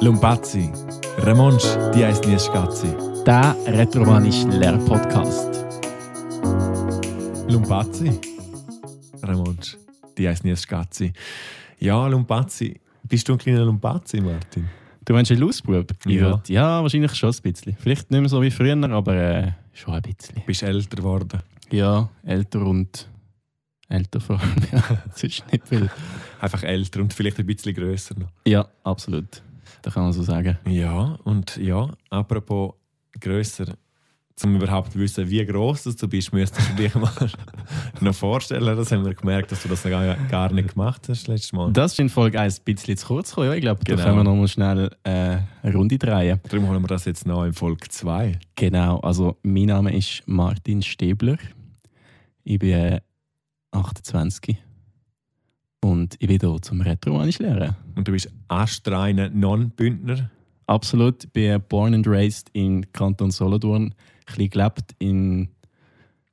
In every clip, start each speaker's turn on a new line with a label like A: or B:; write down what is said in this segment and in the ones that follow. A: Lumpazzi, Ramonsch, die heisst nie Schatzi.
B: Der retromanische Lehrpodcast.
A: Lumpazzi, Ramonsch, die heisst nie Schatzi. Ja, Lumpazzi. Bist du ein kleiner Lumpazzi, Martin?
B: Du meinst ein Lausbub? Ich
A: Ja.
B: würd- ja, wahrscheinlich schon ein bisschen. Vielleicht nicht mehr so wie früher, aber äh, schon ein bisschen.
A: Bist älter geworden.
B: Ja, älter und älter vor allem. Ja, sonst nicht viel.
A: Einfach älter und vielleicht ein bisschen grösser noch.
B: Ja, absolut. Da kann man so sagen.
A: Ja, und ja, apropos grösser, um überhaupt zu wissen, wie gross das du bist, müsstest du dich mal noch vorstellen. Das haben wir gemerkt, dass du das noch gar, gar nicht gemacht hast letztes Mal.
B: Das ist in Folge 1 ein bisschen zu kurz gekommen. Ja, ich glaube, da
A: Genau.
B: können wir nochmal schnell äh, eine Runde drehen.
A: Darum holen wir das jetzt noch in Folge 2.
B: Genau, also mein Name ist Martin Stäbler. Ich bin äh, 28 und ich bin hier zum Retromanisch lehren.
A: Und du bist astreiner Non-Bündner.
B: Absolut, ich bin äh, born and raised in Kanton Solothurn, ein bisschen gelebt in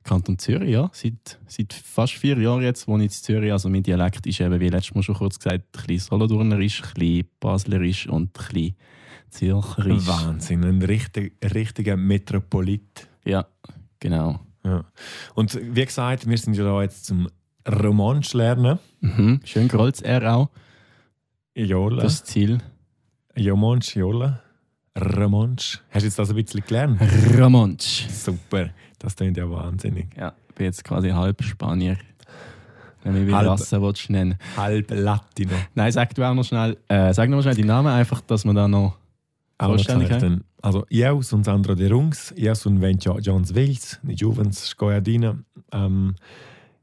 B: Kanton Zürich, ja, seit, seit fast vier Jahren jetzt wohne ich in Zürich, also mein Dialekt ist eben, wie letztes Mal schon kurz gesagt, ein bisschen Solothurnerisch, ein bisschen Baslerisch und ein bisschen Zürcherisch.
A: Wahnsinn, ein richtig, richtiger Metropolit.
B: Ja, genau.
A: Ja. Und wie gesagt, wir sind ja da jetzt zum Romansch lernen.
B: Mhm. Schön gerollt R auch,
A: Jola.
B: das Ziel.
A: Jomansch, Jola. Romansch. Hast du jetzt das ein bisschen gelernt?
B: Ramonsch.
A: Super, das klingt ja wahnsinnig.
B: Ja, ich bin jetzt quasi halb Spanier. Wenn wir die
A: Halb.
B: Rasse willst, nennen
A: Halb Latino.
B: Nein, sag du auch noch schnell, äh, sag noch mal schnell die Namen einfach, dass man da noch. Vollständig,
A: Vollständig. Also, eu sunt Sandro de Rungs, eu sunt Ventja Johns Wils, die Juvens, Skojadina. Ähm,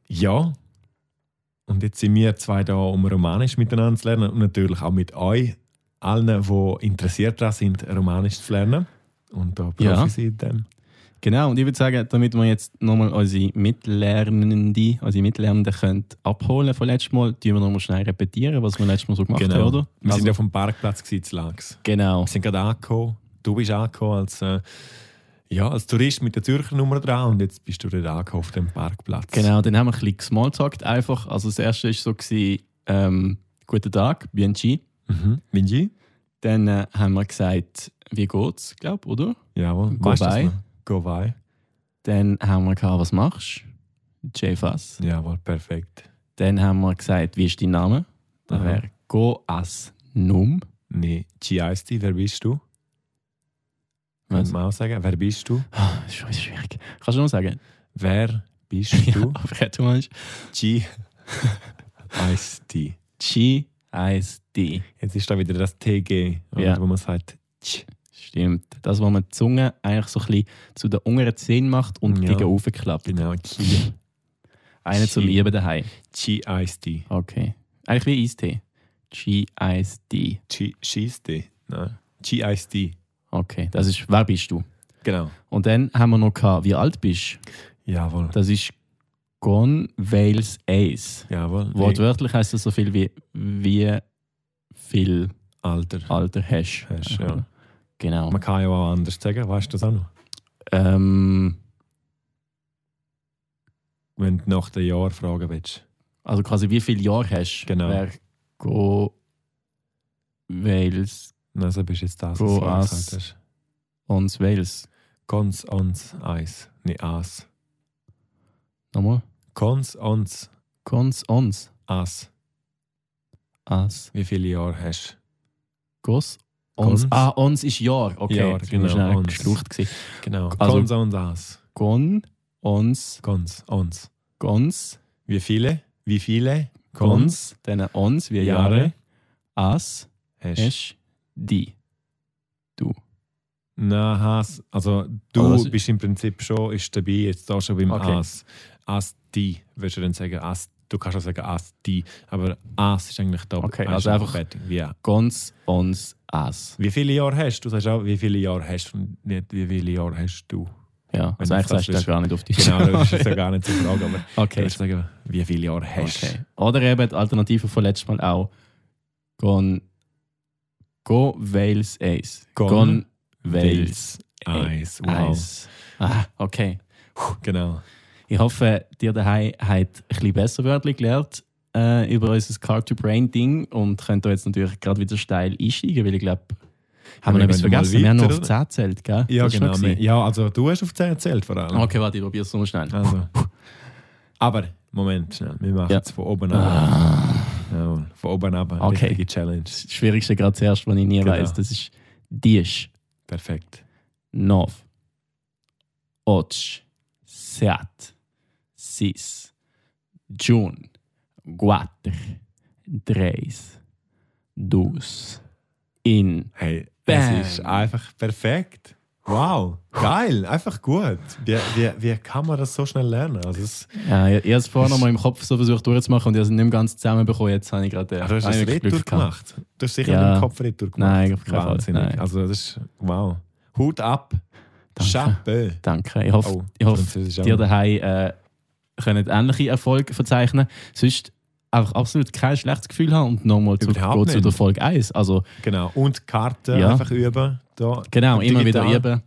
A: ja. Und jetzt sind wir zwei da, um Romanisch miteinander zu lernen und natürlich auch mit euch, allen, die interessiert daran sind, Romanisch zu lernen. Und da Profis
B: Ja.
A: in dem.
B: Genau, und ich würde sagen, damit wir jetzt nochmal unsere Mitlernenden, unsere Mitlernenden können abholen von letztem Mal, tun wir nochmal schnell repetieren, was wir letztes Mal so gemacht haben, oder?
A: Genau. Wir sind
B: Also,
A: auf dem Parkplatz gewesen in Lags.
B: genau.
A: Wir sind gerade angekommen. Du bist angekommen als, äh, ja, als Tourist mit der Zürcher Nummer dran und jetzt bist du dort angekommen auf dem Parkplatz.
B: Genau, dann haben wir ein bisschen gesmalltalkt einfach. Also das erste war so, gewesen, ähm, guten Tag, BNG.
A: Mhm. Minji?
B: Dann äh, haben wir gesagt, wie geht's, glaube ich, oder?
A: Jawohl.
B: Go
A: Weißt du das
B: bye.
A: noch? Go bye.
B: Dann haben wir gesagt, was machst du? JFAS.
A: Jawohl, perfekt.
B: Dann haben wir gesagt, wie ist dein Name? Das
A: Aha.
B: wäre Go As Num.
A: Nee, G.I.S.T., wer bist du? Kannst
B: Was?
A: du mal sagen, wer bist du?
B: Ah, ist schon wieder schwierig. Kannst du noch sagen?
A: Wer bist du?
B: Aber du meinst
A: G.I.S.T.
B: G-I-S-D.
A: Jetzt ist da wieder das TG, oder?
B: Ja.
A: wo man sagt, Tsch.
B: Stimmt. Das, was man die Zunge eigentlich so ein bisschen zu den unteren Zähnen macht und
A: Ja.
B: gegen oben klappt.
A: genau, G-
B: Einer zum
A: G.
B: Lieben daheim.
A: G.I.S.T.
B: Okay. Eigentlich wie Eistee. G-I-S-D.
A: G- G.I.S.T. Nein, G.I.S.T.
B: Okay. Das ist, wer bist du?
A: Genau.
B: Und dann haben wir noch gehabt, wie alt bist du?
A: Jawohl.
B: Das ist Gone Wales Ace.
A: Jawohl. Wie
B: Wortwörtlich heißt das so viel wie wie viel
A: Alter.
B: Alter hast.
A: Hast, ja.
B: Genau.
A: Man kann ja auch anders sagen, weißt du das auch noch?
B: Ähm,
A: Wenn du nach dem Jahr fragen willst.
B: also quasi wie viel Jahre hast.
A: Genau.
B: Wer Go Wales
A: Na, so bist jetzt das,
B: Go
A: du
B: as-
A: gesagt hast.
B: und Wales.
A: Cons ons Eis. Nee, As.
B: Nochmal.
A: Cons ons
B: Cons ons
A: As.
B: as
A: Wie viele Jahre hast
B: Gos ons.
A: Cons.
B: Ah, ons ist Jahr. Okay,
A: Jahr,
B: das bin ich
A: genau,
B: schnell
A: ons.
B: geschlucht gewesen.
A: du? Genau.
B: Also-
A: Cons ons As.
B: Gon ons
A: Cons ons.
B: Gons
A: Wie viele? Wie viele?
B: Gons dann ein ons wie Jahre,
A: Jahre.
B: as
A: Hast.
B: esch die.
A: Na, Has. Also, du
B: Also, was-
A: bist im Prinzip schon ist dabei, jetzt da schon beim
B: Okay.
A: As. As die, würdest du dann sagen. As, du kannst auch sagen As die, aber As ist eigentlich da.
B: Okay,
A: As
B: also
A: ist
B: einfach-
A: fertig. Wie
B: Gons ons as.
A: Wie viele Jahre hast du? Du sagst auch, wie viele Jahre hast du und nicht wie viele Jahre hast du.
B: Ja, also
A: Wenn
B: eigentlich
A: das
B: sagst du das
A: ist-
B: gar nicht auf die
A: Genau, das ist ja gar nicht so die Frage, aber du
B: Okay.
A: würdest sagen, wie viele Jahre hast du?
B: okay. Oder eben die Alternative von letztes Mal auch. Gon. Go Wales Ace.
A: Gon-
B: Gon
A: Wales. Eis. Wow.
B: Ace. Ah, okay.
A: Genau.
B: Ich hoffe, dir daheim habt ein bisschen besser Wörter gelernt äh, über unser Car-to-Brain-Ding und könnt da jetzt natürlich gerade wieder steil einsteigen, weil ich glaube, Haben wir
A: wir
B: noch etwas
A: gehen mal
B: vergessen? Wir haben noch
A: weiter,
B: auf 10 gezählt, gell?
A: Ja,
B: Das ist noch
A: genau.
B: gewesen.
A: Ja, also du hast auf 10 erzählt vor allem.
B: Okay, warte, ich probiere es nochmal schnell.
A: Also. Aber, Moment, schnell. Wir machen
B: Ja.
A: es von oben ab.
B: Ah.
A: Jawohl, von oben ab.
B: Okay.
A: Richtige Challenge.
B: Das Schwierigste gerade zuerst, was ich nie
A: Genau.
B: weiss, das ist Disch,
A: Perfekt.
B: Nov, Otsch, Seat, Sis, Jun, Guater, Dreis, Dus, In.
A: Hey,
B: Bam.
A: es ist einfach perfekt. Wow, geil, einfach gut. Wie, wie, wie kann man das so schnell lernen? Also es,
B: Ja, ich ich habe es vorher noch mal im Kopf so versucht durchzumachen und ich habe es nicht mehr ganz zusammenbekommen. Jetzt habe ich gerade äh,
A: du hast
B: habe ich
A: es
B: wirklich
A: Retour
B: Glück gehabt.
A: gemacht. Du hast sicher
B: Ja.
A: ja. den Kopf Retour gemacht.
B: Nein, auf keinen Fall.
A: Wahnsinnig.
B: Nein.
A: Also das ist, wow. Hut ab.
B: Danke.
A: Chapeau.
B: Danke. Ich hoffe,
A: Oh,
B: ich hoffe
A: Französisch auch.
B: dir daheim äh, könnt ähnliche Erfolge verzeichnen. Sonst einfach absolut kein schlechtes Gefühl haben und nochmal zu,
A: Überhaupt
B: geht zu
A: nicht.
B: der Folge 1. Also
A: Genau. Und Karten
B: Ja.
A: einfach üben. Da.
B: genau,
A: Und
B: immer
A: digital.
B: wieder üben.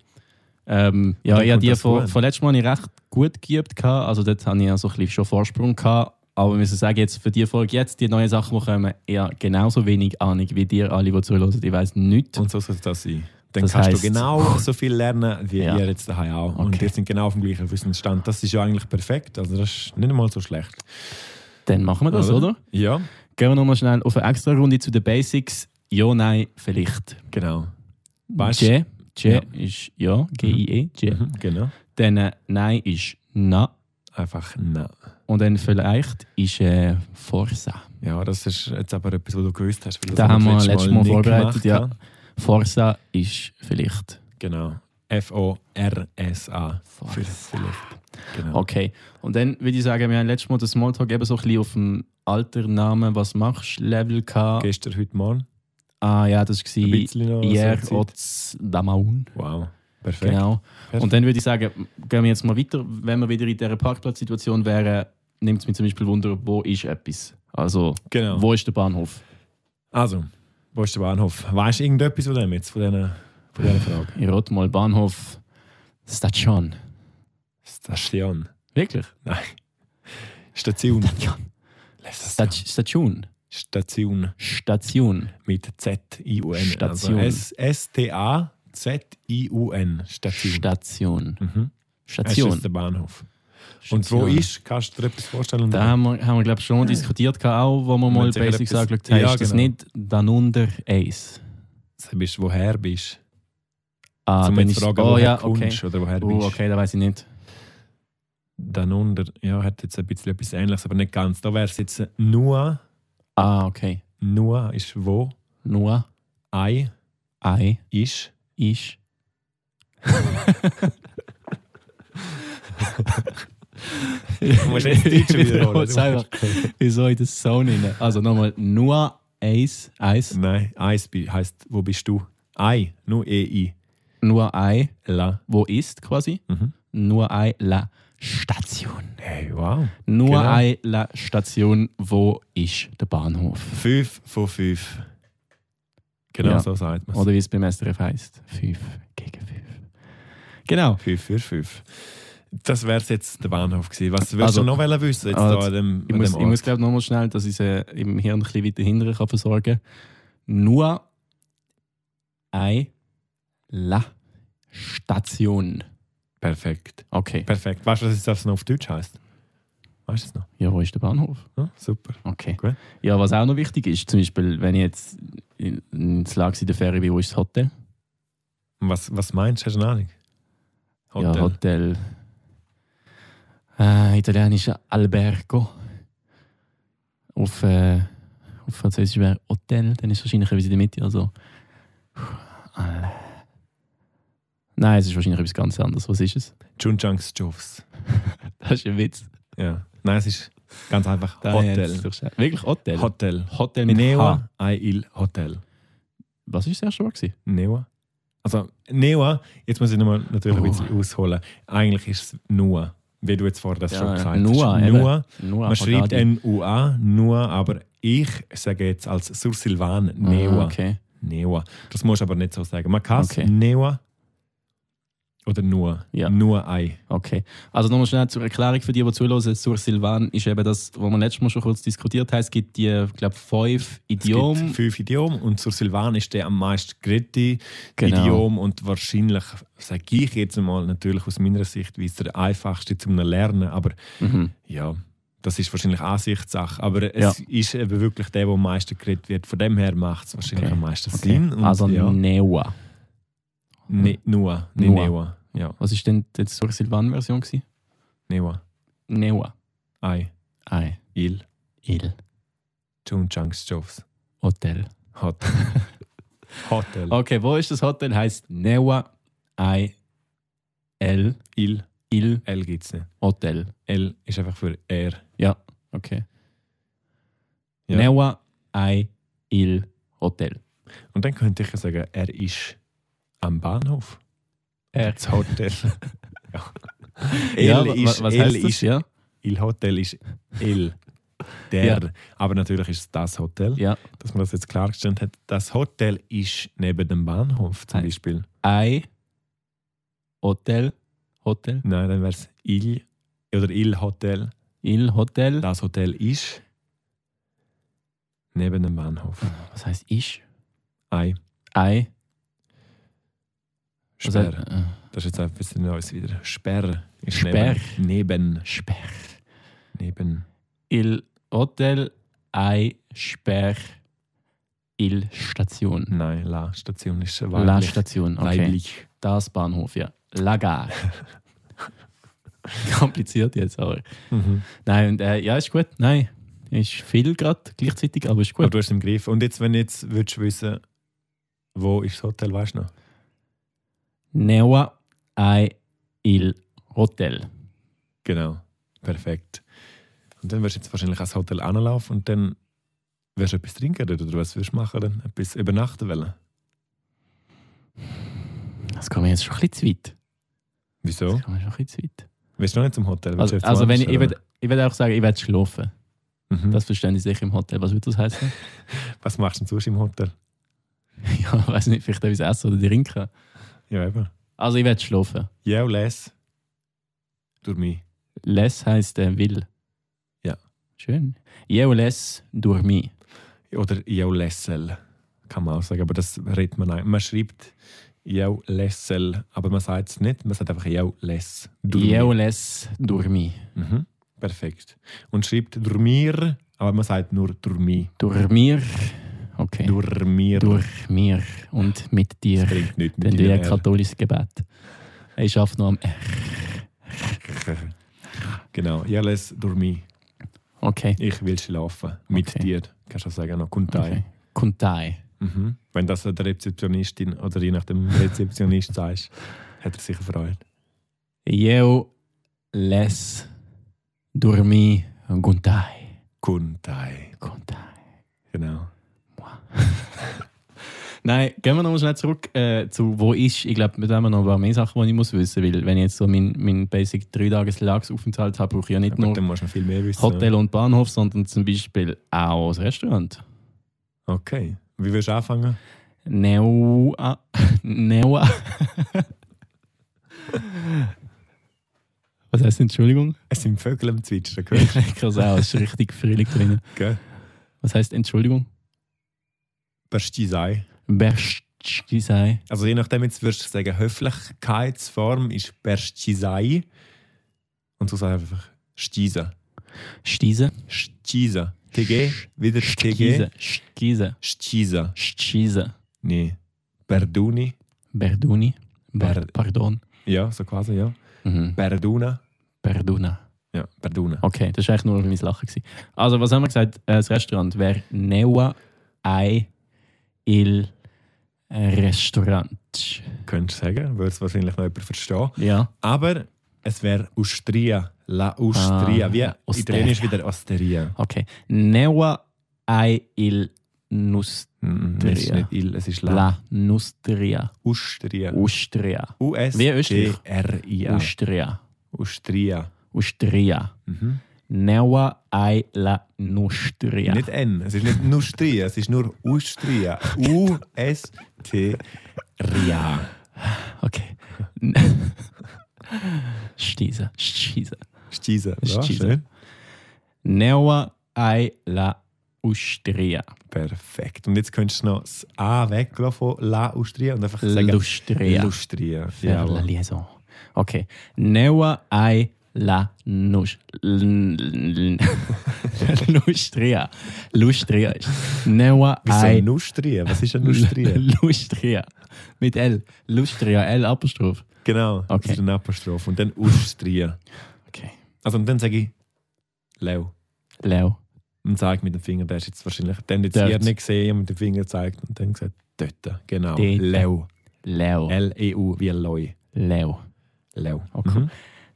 B: Ähm, ja,
A: Dann
B: ich habe
A: kommt
B: die
A: das
B: von,
A: gut.
B: von letztem Mal habe ich recht gut geübt. gehabt. Also dort hatte ich ja so ein bisschen schon Vorsprung. Gehabt. Aber wir müssen sagen, jetzt für die Folge jetzt, die neuen Sachen, die kommen, eher genauso wenig Ahnung wie dir alle, die zuhören. Ich weiß nichts.
A: Und so soll das sein. Dann
B: Das
A: kannst
B: heisst-
A: du genau so viel lernen wie
B: Ja.
A: ihr jetzt daheim auch. Und
B: Okay.
A: wir sind genau auf dem gleichen Wissensstand. Das ist ja eigentlich perfekt. Also das ist nicht einmal so schlecht.
B: Dann machen wir das,
A: Oder?
B: oder?
A: Ja,
B: Gehen wir nochmal schnell auf eine extra Runde zu den Basics. Ja, nein, vielleicht.
A: genau. Weißt du?
B: J. J
A: Ja.
B: ist ja, G-I-E, J.
A: Mhm, Genau.
B: Dann äh, Nein ist Na.
A: Einfach na.
B: Und dann vielleicht ist äh, Forsa.
A: Ja, das ist jetzt aber etwas, was du gewusst hast. weil das
B: Da haben wir
A: das
B: letztes Mal
A: nicht
B: vorbereitet,
A: gemacht,
B: ja. Forsa ist vielleicht.
A: Genau. F-O-R-S-A.
B: Forsa.
A: Für vielleicht. Genau.
B: Okay. Und dann würde ich sagen, wir haben letztes Mal den Smalltalk eben so ein bisschen auf dem Alternamen, was machst du, Level gehabt.
A: Gestern, heute Morgen.
B: Ah ja, das
A: Ein
B: war
A: bisschen noch. so
B: Jer
A: Zeit.
B: Otz Damaun.
A: Wow. Perfekt.
B: Genau.
A: Perfekt.
B: Und dann würde ich sagen, gehen wir jetzt mal weiter. Wenn wir wieder in dieser Parkplatzsituation wären, nimmt es mich zum Beispiel Wunder, wo ist etwas? Also,
A: genau.
B: wo ist der Bahnhof?
A: Also, wo ist der Bahnhof? Weißt du irgendetwas von dem jetzt, von dieser, von dieser Frage?
B: Ich rate mal Bahnhof Station.
A: Station.
B: Wirklich?
A: Station.
B: Station. Stat Station.
A: Station.
B: Station.
A: Mit Z-I-U-N.
B: Station.
A: Also S- S-T-A-Z-I-U-N. Station.
B: Station.
A: mhm. Es
B: Station.
A: ist der Bahnhof. Und wo
B: Station.
A: ist, kannst du dir etwas vorstellen?
B: Da haben wir, haben wir glaube ich, schon mal diskutiert, gehabt, auch, wo wir mal
A: Wenn sicher
B: Basics
A: etwas-
B: angeschaut haben.
A: Ja,
B: ist das
A: genau.
B: nicht Danunter Eis?
A: Dann bist du, woher bist.
B: Ah,
A: Zum
B: dann
A: jetzt
B: ist
A: fragen,
B: oh,
A: woher
B: ja,
A: kommst
B: okay.
A: oder woher
B: Oh,
A: bist.
B: okay, da weiß ich nicht.
A: Dann unter, ja, hat jetzt ein bisschen etwas Ähnliches, aber nicht ganz. Da wäre es jetzt nur,
B: Ah, okay.
A: nur ist wo,
B: Nur
A: ei
B: Ei.
A: ist.
B: Ich.
A: Du musst jetzt Deutsch wiederholen.
B: Wiederhol's einfach. Wieso in das Zone rein? Also nochmal, nur Eis, Eis,
A: Nein, Eis bi- heisst, wo bist du? Ei, nur E-I.
B: nur Ei,
A: La.
B: wo ist quasi?
A: Mhm.
B: Nur Ei, la Station.
A: Hey, wow.
B: Nur
A: Genau.
B: Ei, la Station, wo ist der Bahnhof?
A: 5 von 5. Genau
B: Ja.
A: so sagt man es.
B: Oder wie es beim SRF heisst, 5 gegen 5. Genau.
A: 5 für 5. Das wäre jetzt der Bahnhof gewesen. Was würdest
B: Also-
A: du noch wollen wissen jetzt
B: Also,
A: da an dem,
B: Ich
A: an
B: muss,
A: dem
B: ich muss
A: Ort?
B: glaube nochmal schnell, dass ich es äh, im Hirn ein bisschen weiter hinten kann versorgen kann. Nur eine La Station.
A: Perfekt.
B: Okay.
A: Perfekt. Weißt du, was das noch auf Deutsch heißt? Weißt du es noch?
B: Ja, wo ist der Bahnhof?
A: Ja, super.
B: Okay.
A: Gut.
B: Ja, was auch noch wichtig ist, zum Beispiel, wenn ich jetzt in, ins Lager in der Ferie bin, wo ist das Hotel?
A: Und was, was meinst du? Hast du eine Ahnung?
B: Ja, Hotel. Äh, italienisch Albergo. Auf, äh, auf Französisch wäre Hotel, dann ist es wahrscheinlich etwas in der Mitte. Also. Al- Nein, es ist wahrscheinlich etwas ganz anderes. Was ist es?
A: Chunchunks Jobs.
B: Das ist ein Witz.
A: Ja. Nein, es ist ganz einfach
B: Da
A: Hotel.
B: hat's durchschaut. Wirklich Hotel?
A: Hotel.
B: Hotel mit
A: Neo
B: H.
A: Ail Hotel.
B: Was war das erste Mal? gewesen?
A: Noah. Also Noah, jetzt muss ich nochmal natürlich ein
B: Oh.
A: bisschen ausholen. Eigentlich ist es Noah, wie du jetzt vorher das
B: Ja,
A: schon
B: ja.
A: gesagt
B: Noah,
A: hast.
B: eben.
A: Noah.
B: Nur
A: Man schreibt
B: Agadi.
A: N-U-A, Noah, aber ich sage jetzt als Sursilvan
B: Ah,
A: Noah.
B: Okay.
A: Noah. Das musst du aber nicht so sagen. Man kann es
B: Okay.
A: Noah, Oder nur?
B: Ja.
A: Nur ein.
B: Okay. Also nochmal schnell zur Erklärung für die, die zuhören. Sur Silvan ist eben das, was wir letztes Mal schon kurz diskutiert haben. Es gibt die, glaube fünf
A: Es
B: Idiome.
A: gibt fünf Idiome und zur Silvan ist der am meisten geredete
B: Genau.
A: Idiom und wahrscheinlich, sage ich jetzt mal, natürlich aus meiner Sicht, wie es der einfachste zum Lernen, aber
B: Mhm.
A: ja, das ist wahrscheinlich Ansichtssache, aber es ist eben wirklich der, der am meisten geredet wird. Von dem her macht es wahrscheinlich
B: Okay.
A: am meisten
B: Okay.
A: Sinn. Und
B: also
A: ja,
B: Neua.
A: ne, Noah, nicht
B: Noah.
A: Noah. Ja,
B: Was ist denn die Sur Silvan-Version? gewesen?
A: Noah.
B: Neua.
A: Ei,
B: Ei.
A: Il,
B: Il.
A: Jung Chunks Jobs.
B: Hotel.
A: Hot. Hotel.
B: Okay, wo ist das Hotel? Heißt Neua. Ei. El.
A: Il,
B: Il.
A: L gibt es nicht.
B: Hotel.
A: L ist einfach für er.
B: Okay.
A: Ja.
B: Neua. Ei. Il. Hotel.
A: Und dann könnte ich ja sagen, er ist am Bahnhof.
B: Er.
A: Das Hotel. ja. El
B: Ja, wa-
A: ist,
B: wa- was
A: El
B: heißt das?
A: ist,
B: Ja.
A: Il Hotel ist El. Der. Aber natürlich ist es das Hotel.
B: Ja.
A: Dass man das jetzt klargestellt hat. Das Hotel ist neben dem Bahnhof zum
B: Nein.
A: Beispiel.
B: Ei. Hotel. Hotel.
A: Nein, dann wäre es Il oder Il Hotel.
B: Il Hotel.
A: Das Hotel ist neben dem Bahnhof.
B: Was heißt ich?
A: Ei.
B: Ei. Was heißt,
A: Sperr.
B: äh,
A: Das ist jetzt ein bisschen neues wieder. Sperr ist
B: Sperr.
A: neben. Neben.
B: Sperr.
A: neben.
B: Il Hotel. Ei. Sperr. Il Station.
A: Nein, La Station ist weiblich.
B: La Station. Okay.
A: Weiblich.
B: Das Bahnhof, ja. La Gare. Kompliziert jetzt, aber.
A: Mhm.
B: Nein, und, äh, ja, ist gut. Nein, ist viel gerade gleichzeitig, aber ist
A: Aber
B: gut.
A: du hast es im Griff. Und jetzt, wenn jetzt würdest du wissen, wo ist das Hotel, weißt du noch?
B: Neua ai il Hotel.
A: Genau. Perfekt. Und dann wirst du jetzt wahrscheinlich ans Hotel anlaufen und dann wirst du etwas trinken dort, oder was wirst du machen? Dann etwas übernachten wollen.
B: Das kommt mir jetzt schon ein bisschen zu weit.
A: Wieso?
B: Das kommt mir schon ein bisschen zu weit.
A: Willst du noch nicht zum Hotel? Willst
B: Also,
A: du jetzt
B: also wenn ich,
A: woanders
B: ich,
A: stellen?
B: würd, ich würd auch sagen, ich werde schlafen.
A: mhm.
B: Das verstehe ich sicher im Hotel. Was würde das heißen?
A: Was machst du denn sonst im Hotel?
B: ja, weiß nicht, vielleicht etwas essen oder trinken.
A: Ja, eben.
B: Also, ich werde schlafen.
A: Ja, les. Durch mich.
B: Les heißt äh, will.
A: Ja.
B: Schön. Jeu les dormi.
A: Oder Jaulessel, kann man auch sagen. Aber das redet man nicht. Man schreibt Jaulessel, aber man sagt es nicht. Man sagt einfach Jauless. Durmi.
B: Jeu les dormi.
A: Mhm. Perfekt. Und schreibt Durmir, aber man sagt nur Durmi.
B: Dormir. Okay.
A: Durmir.
B: durch mir und mit
A: Das
B: dir.
A: bringt nichts
B: Denn
A: mit
B: du
A: deinem
B: ein
A: R.
B: katholisches Gebet. Ich arbeite noch am
A: Genau. Jauless Durmi.
B: Okay.
A: Ich will schlafen. Mit
B: Okay.
A: dir. Kannst du auch sagen, noch Kuntai.
B: okay. Kuntai.
A: Mhm. Wenn das der Rezeptionistin oder je nach dem Rezeptionist sagst, hat er sich gefreut.
B: Jeu les dormi Guntai.
A: Kuntai.
B: Kuntai.
A: Genau.
B: Nein, gehen wir nochmal schnell zurück äh, zu wo ist. Ich glaube, mit dem haben wir noch ein paar mehr Sachen, die ich muss wissen will. Wenn ich jetzt so meinen mein Basic 3 tages Lagsaufenthalt habe, brauche ich ja nicht
A: Aber
B: nur
A: dann musst du noch viel mehr wissen.
B: Hotel und Bahnhof, sondern zum Beispiel auch das Restaurant.
A: Okay. Wie willst du anfangen?
B: Neua. Neua. Was heißt Entschuldigung?
A: Es sind Vögel am Zwitschern, gell?
B: Ich merke es auch, es ist richtig Frühling drin.
A: gell?
B: Was heißt Entschuldigung?
A: Bestizei.
B: Berchtesei.
A: Also je nachdem, jetzt würdest du sagen, Höflichkeitsform ist Bestizei. Und so sagst du einfach Stiese.
B: Stiese.
A: Stiese. TG, wieder TG.
B: Stiese. Stiese.
A: Stiese.
B: Stiese.
A: Nee. Berduni.
B: Berduni. Ber
A: Ber-
B: Pardon.
A: Ja, so quasi, ja.
B: Mhm.
A: Berduna.
B: Berduna.
A: Ja, Berduna.
B: Okay, das war eigentlich nur mein Lachen. gewesen. Also, was haben wir gesagt? Äh, Das Restaurant wäre Neua Ei Il Restaurant.
A: Könntest du sagen, würde es wahrscheinlich noch jemand verstehen.
B: Ja.
A: Aber es wäre Austria. La Austria.
B: Ah,
A: Wie
B: ja, Osteria.
A: italienisch wieder Osteria.
B: Okay. Neua ai il nustria.
A: Mm, Es ist
B: Austria.
A: nicht Il, es ist La
B: Nustria.
A: Austria.
B: Austria. Wie Österreich.
A: U-S-T-R-I-A.
B: Austria.
A: Austria.
B: Austria.
A: Mhm.
B: Neua ai la Nustria.
A: Nicht N, es ist nicht Nustria, es ist nur Austria. U-S-T-R-I-A.
B: Okay. Stiese, Stiese.
A: Schießen.
B: Ist
A: Ja,
B: Schiessen.
A: schön.
B: Neua ai la Ustria.
A: Perfekt. Und jetzt könntest du noch das A weglassen von La Austria und einfach sagen
B: Lustria.
A: Lustria.
B: Faire la
A: Jawohl.
B: liaison. Okay. Neua ai la nus, l- l- Lustria. Lustria ist. Neua
A: Wieso
B: ai
A: Lustria? Was ist ein Lustria?
B: Lustria. Mit L. Lustria, L Apostroph.
A: genau,
B: Okay.
A: das ist eine Apostrophe. Und dann Austria.
B: Okay.
A: Also und dann sage ich Leo.
B: Leo.
A: Und zeige mit dem Finger, der ist jetzt wahrscheinlich, den jetzt
B: Dort.
A: hier nicht gesehen, mit dem Finger gezeigt und dann gesagt, dort. Genau,
B: Dort.
A: Leo.
B: Leo.
A: L-E-U wie Leu.
B: Leo.
A: Leo.
B: Okay.
A: Mhm.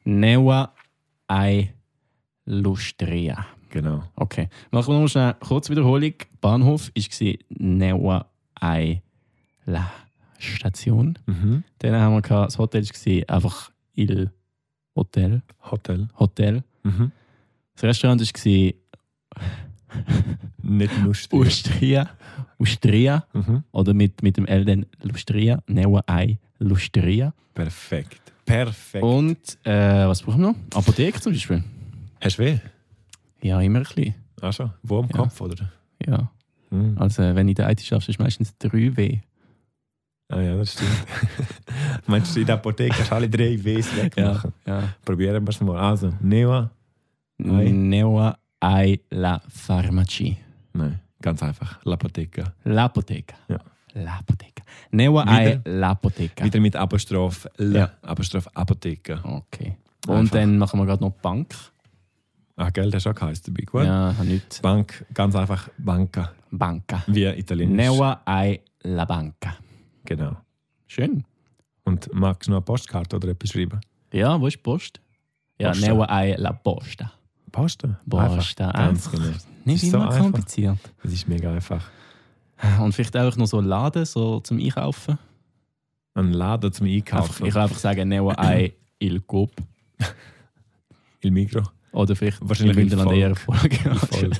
B: Neua ai Lustria.
A: Genau.
B: Okay. Machen wir noch schnell eine kurze Wiederholung. Bahnhof war Neua ai la Station.
A: Mhm.
B: Dann haben wir gehabt, das Hotel war einfach Il Hotel.
A: Hotel.
B: Hotel.
A: Mhm.
B: Das Restaurant war
A: Nicht Lustria.
B: Ustria. Ustria.
A: Mhm.
B: Oder mit, mit dem L dann Lustria. Neua ai Lustria.
A: Perfekt. Perfekt.
B: Und äh, was brauchen wir noch? Apotheke zum Beispiel.
A: Hast du weh?
B: Ja, immer ein bisschen.
A: Ach so, wo am
B: Ja.
A: Kopf, oder?
B: Ja.
A: Mhm.
B: Also, wenn ich den IT schaffe, ist meistens 3W.
A: Ah ja, das stimmt. Meinst du, in der Apotheke kannst du alle drei Ws wegmachen?
B: ja.
A: Probieren wir es mal. Also, Neo? Ei.
B: Neua ai la farmacie.
A: Nein, ganz einfach. L'Apotheca.
B: L'apoteca.
A: Ja.
B: L'apoteca. Neua ai l'apoteca.
A: Wieder mit Apostroph L,
B: Ja.
A: Apostroph Apotheke.
B: Okay.
A: Einfach.
B: Und dann machen wir gerade noch die Bank.
A: Ah, gell, das ist auch geheißen dabei. Gut.
B: Ja, ich habe nichts.
A: Bank, ganz einfach Banca,
B: Banca.
A: wie Italienisch.
B: Neua ai la banca.
A: Genau.
B: Schön.
A: Und magst du noch eine Postkarte oder etwas schreiben?
B: Ja, wo ist die Post? Ja,
A: Posta.
B: neua ai la posta.
A: Posten.
B: Posta.
A: Einfach. Ganz
B: Einfach.
A: genau.
B: Nicht
A: Ist so
B: immer
A: einfach.
B: kompliziert.
A: Das ist mega einfach.
B: Und vielleicht auch noch so einen Laden so zum Einkaufen.
A: Ein Laden zum
B: Einfach,
A: Einkaufen.
B: ich kann einfach sagen, neua ai il coop.
A: Il Migro.
B: Oder vielleicht
A: Wahrscheinlich
B: in Winterland Genau.
A: Il
B: eher Folge.
A: Voll.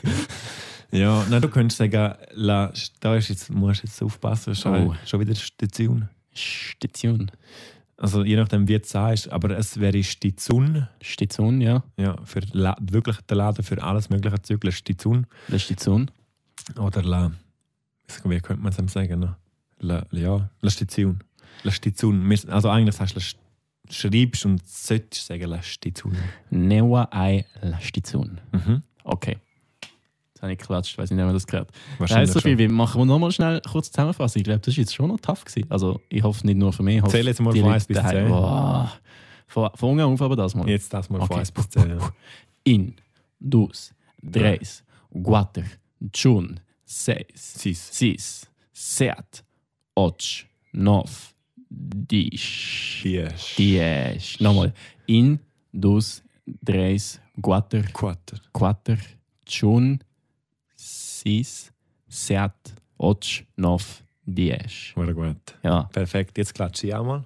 A: ja, nein, du könntest sagen, la, da ist jetzt, musst du jetzt aufpassen, schon,
B: Oh.
A: schon wieder Station.
B: Station.
A: Also je nachdem, wie du sagst, aber es wäre Station,
B: Station, ja.
A: ja, für la, wirklich der Laden für alles mögliche Zügel Station
B: Das ist Station.
A: oder la, weiss gar nicht, wie könnte man es dem sagen, ne? la, ja, la Station, la Station, Wir- also eigentlich sagst du, la, St- schreibst und solltest sagen la Station.
B: Neua ai la Station.
A: Mhm.
B: Okay. Jetzt habe ich geklatscht, weiß nicht, wer das gehört. Das
A: Wahrscheinlich
B: heißt so viel,
A: schon.
B: wie machen wir nochmal schnell kurz Zusammenfassung. Ich glaube, das ist jetzt schon noch tough gewesen. Also, ich hoffe nicht nur für mich. ich hoffe,
A: Zähl jetzt mal
B: die
A: von
B: Leute
A: 1 bis
B: daheim.
A: 10.
B: Boah. Von, von unten auf, aber das mal.
A: Jetzt das mal von
B: Okay.
A: 1 bis 10. ja.
B: In, dos, tres, quatro, chun, seis,
A: Sis.
B: sis, set, och, nov, dish.
A: Yes.
B: Diez. äh, Nochmal. In, dos, tres, quatro,
A: Quater.
B: quatro, chun, sis, set, och, nov, diez.
A: Sehr gut.
B: Ja,
A: Perfekt, jetzt klatsche ich auch mal.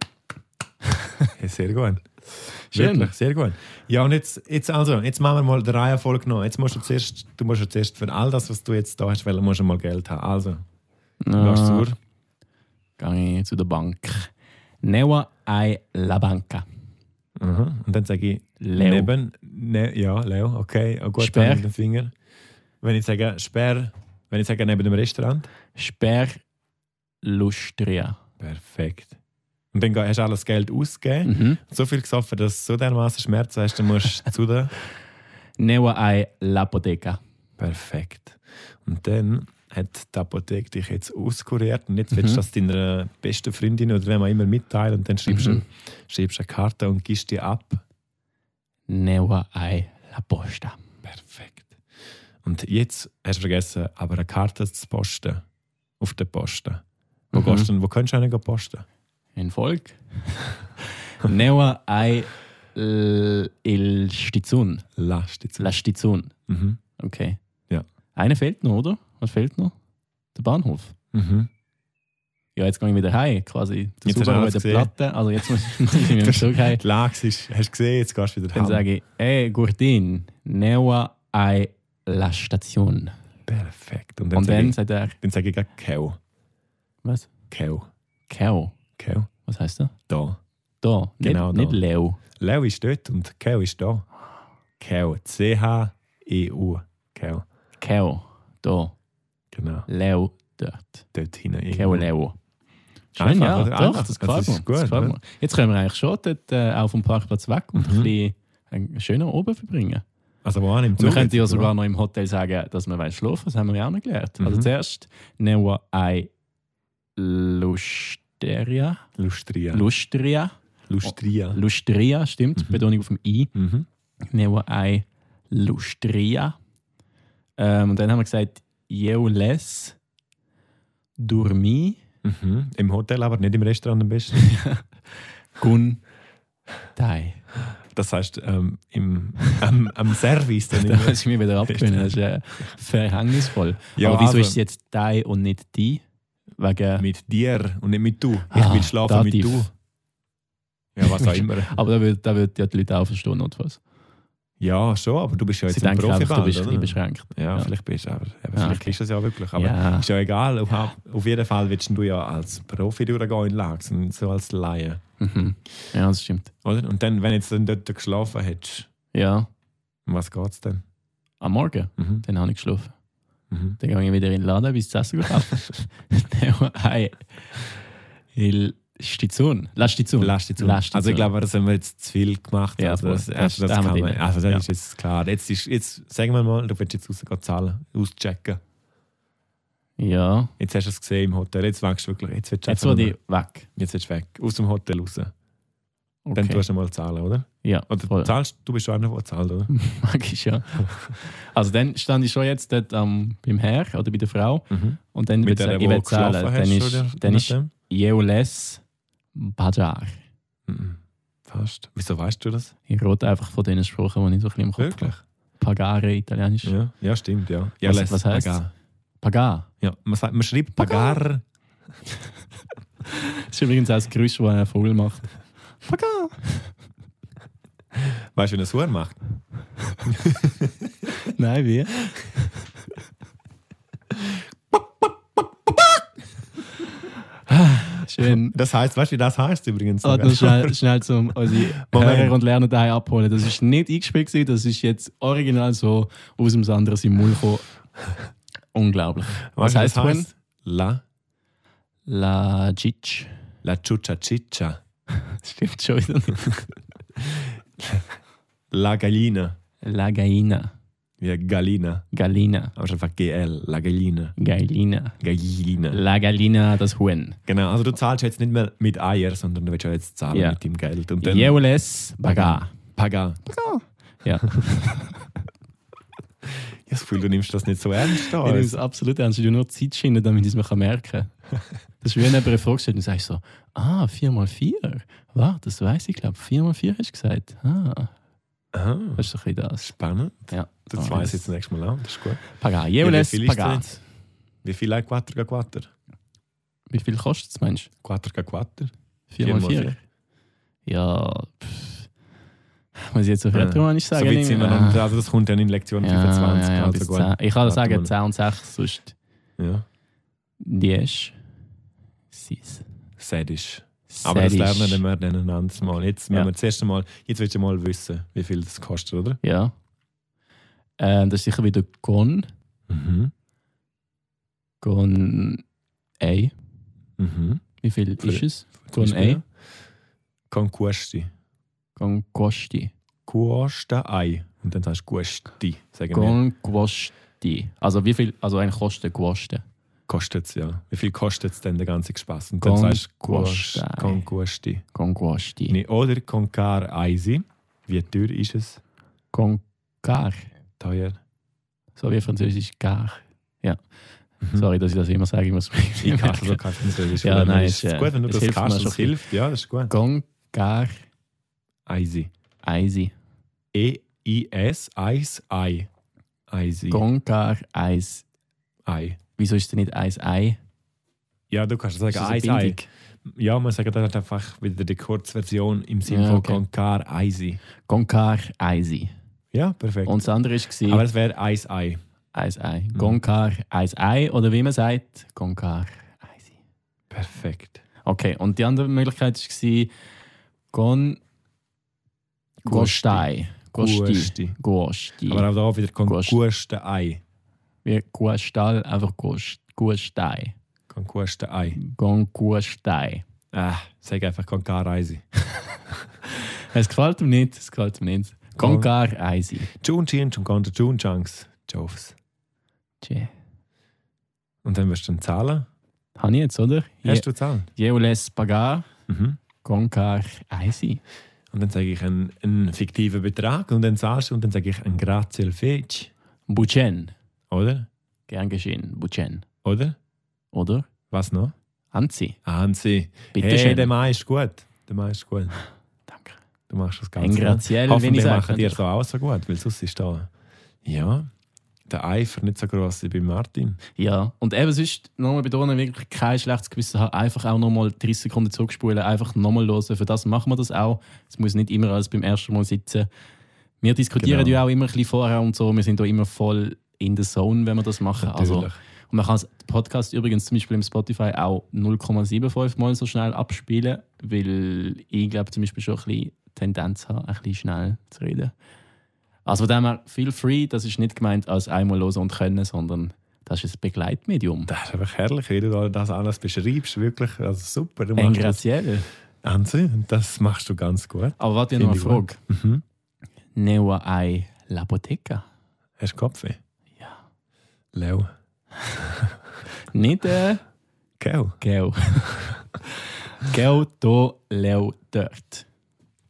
A: Ja, sehr gut.
B: Schön.
A: Wirklich, sehr gut. Ja, und jetzt, jetzt, also, jetzt machen wir mal die Reihenfolge noch. Jetzt musst du zuerst, du musst ja zuerst für all das, was du jetzt da hast, weil musst du mal Geld haben. Also, lass
B: Ah.
A: zur.
B: gehe ich zu der Bank. Neua ai la banca.
A: Mhm. Und dann sage ich
B: Leo.
A: neben. Ne, ja, Leo, okay. Oh, gut,
B: Sperr.
A: dann mit dem Finger. Wenn ich sage Sperr, wenn ich sage neben dem Restaurant,
B: Sper lustria.
A: perfekt. Und dann geh- hast du alles Geld ausgegeben.
B: Mhm.
A: So viel gesoffen, dass du so dermaßen Schmerzen hast, dann musst du zu der.
B: Neua ai l'apoteca.
A: Perfekt. Und dann hat die Apotheke dich jetzt auskuriert und
B: Mhm.
A: jetzt willst du das deiner besten Freundin oder wem auch immer mitteilen und dann schreibst du
B: Mhm.
A: schreibst eine Karte und gibst die ab.
B: Neua ai la posta.
A: Perfekt. Und jetzt hast du vergessen, aber eine Karte zu posten. Auf der Posten. Wo,
B: Mhm.
A: gehst du denn, wo kannst du eine posten?
B: In Volk. Neua ai l- il stizun.
A: Lass dich zu.
B: La stizun.
A: Mhm.
B: Okay.
A: Ja.
B: Eine fehlt noch, oder? Was fehlt noch? Der Bahnhof.
A: Mhm.
B: Ja, jetzt gehe ich wieder heim, quasi.
A: Jetzt
B: Das
A: hast du
B: Uber
A: alles
B: mit der
A: gesehen.
B: Platte. Also jetzt muss muss ich mit dem Zug heim.
A: Die Lage ist, hast du gesehen, jetzt gehst du wieder
B: Dann
A: heim.
B: sage ich, ey, Gurdin, neua ai la Station.
A: Perfekt. Und dann
B: Und
A: sage
B: dann
A: ich,
B: sagt er,
A: dann sag ich gleich Kau.
B: was?
A: Kau.
B: Keo.
A: Kau.
B: Was heißt das?
A: Da.
B: Da, nicht,
A: Genau da.
B: nicht Leo.
A: Leo ist dort und Keo ist da. Keo. C-H-E-U. Keo.
B: Keo, da.
A: Genau.
B: Leo, dort.
A: Dort hinten. irgendwo.
B: Keo, Leo.
A: Einfach,
B: ja,
A: oder?
B: doch,
A: Einfach.
B: das
A: Das
B: gefällt
A: ist
B: mir.
A: gut,
B: das gefällt
A: ja.
B: mir. Jetzt können wir eigentlich schon dort, äh, auch vom Parkplatz weg und ein
A: Mhm.
B: bisschen einen schöner oben verbringen.
A: Also, wo an im
B: Und wir
A: Zug
B: könnten ja
A: jetzt, oder?
B: sogar noch im Hotel sagen, dass wir wollen schlafen Das haben wir ja auch noch gelernt. Also
A: Mhm.
B: zuerst Neua ei Lusteria.
A: Lustria.
B: Lustria.
A: Lustria.
B: Lustria, stimmt.
A: Mhm.
B: Betonung auf dem I.
A: Mhm.
B: Neua ei Lustria. Ähm, und dann haben wir gesagt, Jeules Dormi
A: Mhm. Im Hotel, aber nicht im Restaurant am besten.
B: Gun Dai.
A: Das heißt, ähm, im, am, am Service. Dann
B: Da
A: immer.
B: muss ich mich wieder abgewöhnen. Das ist äh, verhängnisvoll.
A: Ja,
B: Aber wieso
A: also-
B: ist es jetzt «dei» und nicht «die»? Wegen...
A: mit dir und nicht mit du. Ich
B: Ah,
A: will schlafen mit
B: Dativ.
A: du. Ja, was auch immer.
B: Aber da würden da würd ja die Leute auch verstehen, notfalls.
A: Ja, schon, aber du bist ja
B: Sie
A: jetzt ein
B: denken einfach, du
A: Profiband,
B: bist ein bisschen
A: oder?
B: beschränkt.
A: Ja,
B: Ja.
A: vielleicht bist du aber, aber
B: Ah,
A: vielleicht
B: okay.
A: ist das ja wirklich. Aber
B: ja.
A: ist ja egal. Auf, auf jeden Fall willst du ja als Profi durchgehen in Lachs und so als Laie.
B: Mhm. ja, das stimmt.
A: Oder? Und dann, wenn jetzt dann dort geschlafen hättest,
B: Ja,
A: um was geht es dann?
B: am Morgen,
A: Mhm.
B: dann habe ich geschlafen.
A: Mhm.
B: Dann gehe ich wieder in den Laden, bis das Essen gekauft Nein, Il Stizun. La Stizun.
A: Lass dich zu.
B: Lass dich
A: Also ich
B: zu.
A: glaube, das haben wir jetzt zu viel gemacht.
B: Ja,
A: also
B: voll.
A: das,
B: Das-
A: also das
B: da haben wir
A: kann man,
B: drin.
A: also das
B: Ja.
A: ist jetzt klar. Jetzt, ist, jetzt sagen wir mal, du willst jetzt rausgehen zahlen, auschecken.
B: Ja,
A: Jetzt hast du es gesehen im Hotel, jetzt wächst du wirklich. Jetzt willst du
B: jetzt
A: einfach
B: will ich
A: nur-
B: weg.
A: jetzt willst du weg, aus dem Hotel raus. Dann
B: Okay.
A: tust du mal zahlen, oder?
B: Ja,
A: Oder
B: voll.
A: zahlst, du bist schon einer, der zahlt, oder?
B: Mag ich ja. Also dann stand ich schon jetzt dort am- beim Herr oder bei der Frau
A: Mhm.
B: und dann würde ich sagen, ich will zahlen. Dann ist, dann ist Jeoles Bajar.
A: Mhm. Fast. Wieso weißt du das?
B: Ich rede einfach von den Sprachen, die ich so ein bisschen im Kopf
A: Wirklich?
B: habe. Pagare, Italienisch.
A: Ja, ja stimmt, ja. ja
B: Was-
A: les
B: was heisst's?
A: Pagar.
B: Pagar.
A: Ja, man, sagt, man schreibt Pagar.
B: Das ist übrigens auch das Geräusch, das ein Vogel macht. Pagar.
A: Weißt du, wie ein Huhn macht?
B: Nein, wie? Schön.
A: Das heißt, weißt du, wie das heißt übrigens?
B: Ah, noch schnell, schnell zum unsere
A: Moment.
B: Hörer und Lerner daheim abholen. Das ist nicht eingespielt, gewesen, das ist jetzt original so aus dem Sandra Simul gekommen. Unglaublich.
A: Weißt
B: Was
A: du,
B: heißt
A: das
B: Huhn?
A: heisst? La,
B: La Gitsch.
A: la Chucha Chicha.
B: Das stimmt schon wieder nicht.
A: La Gallina.
B: La Gaina.
A: Ja, Galina.
B: Galina.
A: Aber schon einfach GL. La Gallina.
B: Gailina.
A: Gallina.
B: La Galina, das Huhn.
A: Genau, also du zahlst jetzt nicht mehr mit Eier, sondern du willst ja jetzt zahlen
B: Ja.
A: mit dem Geld. Und dann
B: Jeules Bagar.
A: Pagar.
B: Ja,
A: Ich habe das Gefühl, du nimmst das nicht so ernst.
B: ich nehme
A: Als.
B: es absolut ernst. Ich will nur Zeit schinden, damit ich es mir merken kann. Das ist wie wenn jemand eine Frage stellt und sagt so, ah, 4x4. Wow, das weiß ich, glaube 4x4 hast du gesagt. Ah,
A: Ah,
B: das ist doch ein bisschen das.
A: spannend.
B: Ja,
A: Das weiß ich jetzt nächstes Mal auch. Das ist gut.
B: Pagar,
A: Ja, wie
B: jeweils
A: viel ist
B: Pagar.
A: das jetzt? Wie viel ein Quattro gegen Quattro?
B: Wie viel kostet es, Mensch?
A: Quattro gegen Quattro?
B: 4x4? Ja, pff. Muss ich jetzt auf
A: Ja.
B: Retro ja.
A: So
B: sagen?
A: weit sind wir
B: nehme ich-
A: noch.
B: Ah.
A: Also das kommt dann in Lektion
B: Ja,
A: 25.
B: ja, ja, bis
A: also gut.
B: 10. Ich kann
A: Warte
B: sagen
A: mal.
B: 10 und 6, sonst
A: Ja.
B: Diesch, Sis.
A: Sadisch. Aber das
B: Sadisch.
A: lernen wir dann ein anderes Mal. Jetzt müssen
B: Ja.
A: wir das erste Mal, jetzt willst du mal wissen, wie viel das kostet, oder?
B: Ja. Ähm, das ist sicher wieder Gon.
A: Mhm.
B: Gon Ei.
A: Mhm.
B: Wie viel
A: Für-
B: ist es?
A: Zum
B: Gon
A: Beispiel?
B: Ei.
A: Con Questi.
B: Gon Quosti.
A: Quosta Ei. Und dann sagst du Questi. Sagen wir.
B: Gon Quosti. Also wie viel, also ein Kosten Quoste.
A: Kostet es, ja. Wie viel kostet es denn der ganze Spaß? Und dann
B: Con
A: sagst du Quost-
B: Quosta Ei.
A: Con Questi.
B: Gon Quosti.
A: Nee, oder Con Car Eisi. Wie teuer ist es?
B: Gon Car.
A: Teuer.
B: So wie Französisch Car. Ja.
A: Mhm.
B: Sorry, dass ich das immer sage. Ich muss mich
A: Ich kann so kein Französisch.
B: Ja,
A: von dem her
B: nein,
A: ist
B: ist,
A: es
B: äh,
A: gut, wenn du
B: es
A: das
B: hilft mir
A: kannst,
B: schon
A: das
B: viel.
A: hilft. Ja, das ist gut.
B: Gon Car
A: Eisi.
B: Eisi.
A: E-I-S, Eis, Ei. Eisi.
B: Gon Car Eis.
A: Ei.
B: Wieso ist denn nicht Eis Ei?
A: Ja, du kannst
B: Ist
A: sagen
B: das eine
A: Eis, Ei.
B: Bindung?
A: Ja, man sagt dann halt einfach wieder die Kurzversion im Sinne
B: Ja,
A: von
B: okay.
A: Konkar Eisi.
B: Gon Car Eisi.
A: Ja, perfekt.
B: Und das andere war.
A: Aber Mhm. es wäre Eis, Ei.
B: Eis Ei. Gonkar, Eis Ei oder wie man sagt, Gonkar, Eisi.
A: Perfekt.
B: Okay, und die andere Möglichkeit war Gon.
A: Gusti.
B: Gostei. Gosti.
A: Gusti.
B: Gosti.
A: Aber auch da wieder
B: Gusti.
A: Konkurste-Ei.
B: Wie Gostal, einfach Gost- Gostei.
A: Konkurste-Ei.
B: Gon Gostei.
A: Ah, sag einfach Konkareise.
B: Es gefällt mir nicht, es gefällt mir nicht. Gon
A: Gon-
B: gar eisi.
A: Chun-Chin, Chun-Konter, Chun-Chunks. Jovs.
B: Tje.
A: Und dann wirst du dann zahlen.
B: Habe ich jetzt, oder?
A: Hast du Zahlen?
B: Jeules pagar,
A: Mhm.
B: Gon gar eisi.
A: Und dann sage ich einen, einen fiktiven Betrag und dann zahlst du und dann sage ich ein Grazie al Feci.
B: Buchen.
A: Oder?
B: Gern geschehen, Buchen.
A: Oder?
B: Oder?
A: Was noch?
B: Anzi.
A: Ah, Hansi.
B: Bitte
A: hey,
B: schön.
A: der Mann ist gut. Der Mann ist gut.
B: Danke.
A: Du machst das
B: Ein
A: Ganze.
B: Graziell, wenn ich
A: Hoffentlich
B: sage.
A: machen dir
B: natürlich.
A: so auch so gut, weil sonst ist da... Ja, der Eifer nicht so gross wie bei Martin.
B: Ja, und eben sonst nochmal betonen, wirklich kein schlechtes Gewissen haben. Einfach auch nochmal 30 Sekunden zurückspulen, einfach nochmal hören. Für das machen wir das auch. Es muss nicht immer alles beim ersten Mal sitzen. Wir diskutieren
A: Genau.
B: ja auch immer ein bisschen vorher und so. Wir sind da immer voll in der Zone, wenn wir das machen. Also,
A: Natürlich.
B: und man kann den Podcast übrigens zum Beispiel im Spotify auch 0,75 Mal so schnell abspielen, weil ich glaube zum Beispiel schon ein bisschen Tendenz habe, ein bisschen schnell zu reden. Also von dem her, feel free, das ist nicht gemeint als einmal hören und können, sondern das ist ein Begleitmedium.
A: Das ist einfach herrlich, wie du da das alles beschreibst. Wirklich, also super. Du
B: Ein
A: machst das,
B: graziell.
A: Hansi, das machst du ganz gut.
B: Aber warte, ich habe noch
A: Finde
B: eine
A: ich
B: Frage.
A: Mhm.
B: Neo ei Laboteca.
A: Hast du Kopfweh?
B: Ja.
A: Leo.
B: Nicht äh,
A: Gell?
B: Geo. Geo do Leo dort.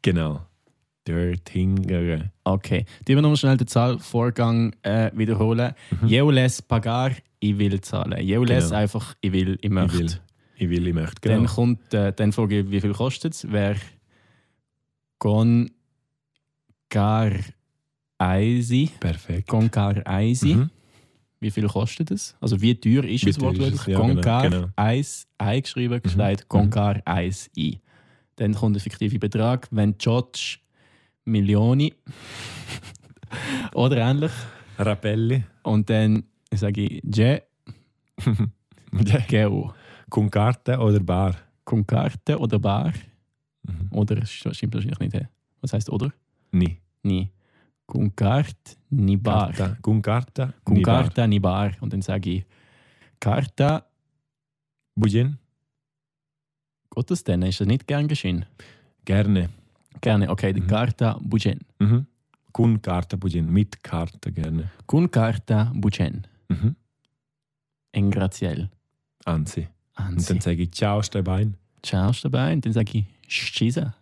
A: Genau. Dörtingere.
B: Okay. Die wir nochmal schnell den Zahlvorgang äh, wiederholen. Jeules pagar, ich will zahlen. Jeules
A: Mhm. Genau.
B: einfach, ich will, ich
A: Ich
B: möchte.
A: will, ich will, ich möchte.
B: Dann
A: Genau.
B: kommt, äh, dann frage ich, wie viel kostet es? Wer con gar eisi,
A: Perfekt.
B: con gar eisi,
A: Mhm.
B: wie viel kostet es? Also wie teuer ist
A: Wie
B: es
A: teuer ist
B: wortwörtlich?
A: es? Ja,
B: con
A: genau,
B: gar
A: genau.
B: eis, ei geschrieben, geschneit, con
A: mhm.
B: gar eis i. Dann kommt der fiktive Betrag, wenn George Milioni oder ähnlich.
A: Rappelli.
B: Und dann sage ich, je, geo,
A: Con Karte oder Bar?
B: con Karte oder bar.
A: Mhm.
B: Oder sch- stimmt wahrscheinlich nicht. hä? Was heißt oder?
A: Nie.
B: Nie. Con carte, ni bar.
A: Carta. Con Karte.
B: Con
A: nie Bar.
B: carta, ni bar. Und dann sage ich, Carta,
A: Bujen?
B: Gottes denn, ist das nicht gern geschehen?
A: Gerne.
B: Gerne, okay, die
A: Mhm.
B: Carta Buchen.
A: Mhm. Con Karte Bujen. Mit Karte gerne.
B: Con carta Buchen.
A: Mhm.
B: En graziell.
A: Anzi. Und
B: Anzi.
A: dann sage ich Ciao, Stebein.
B: Ciao dabei und dann sage ich, Schisa.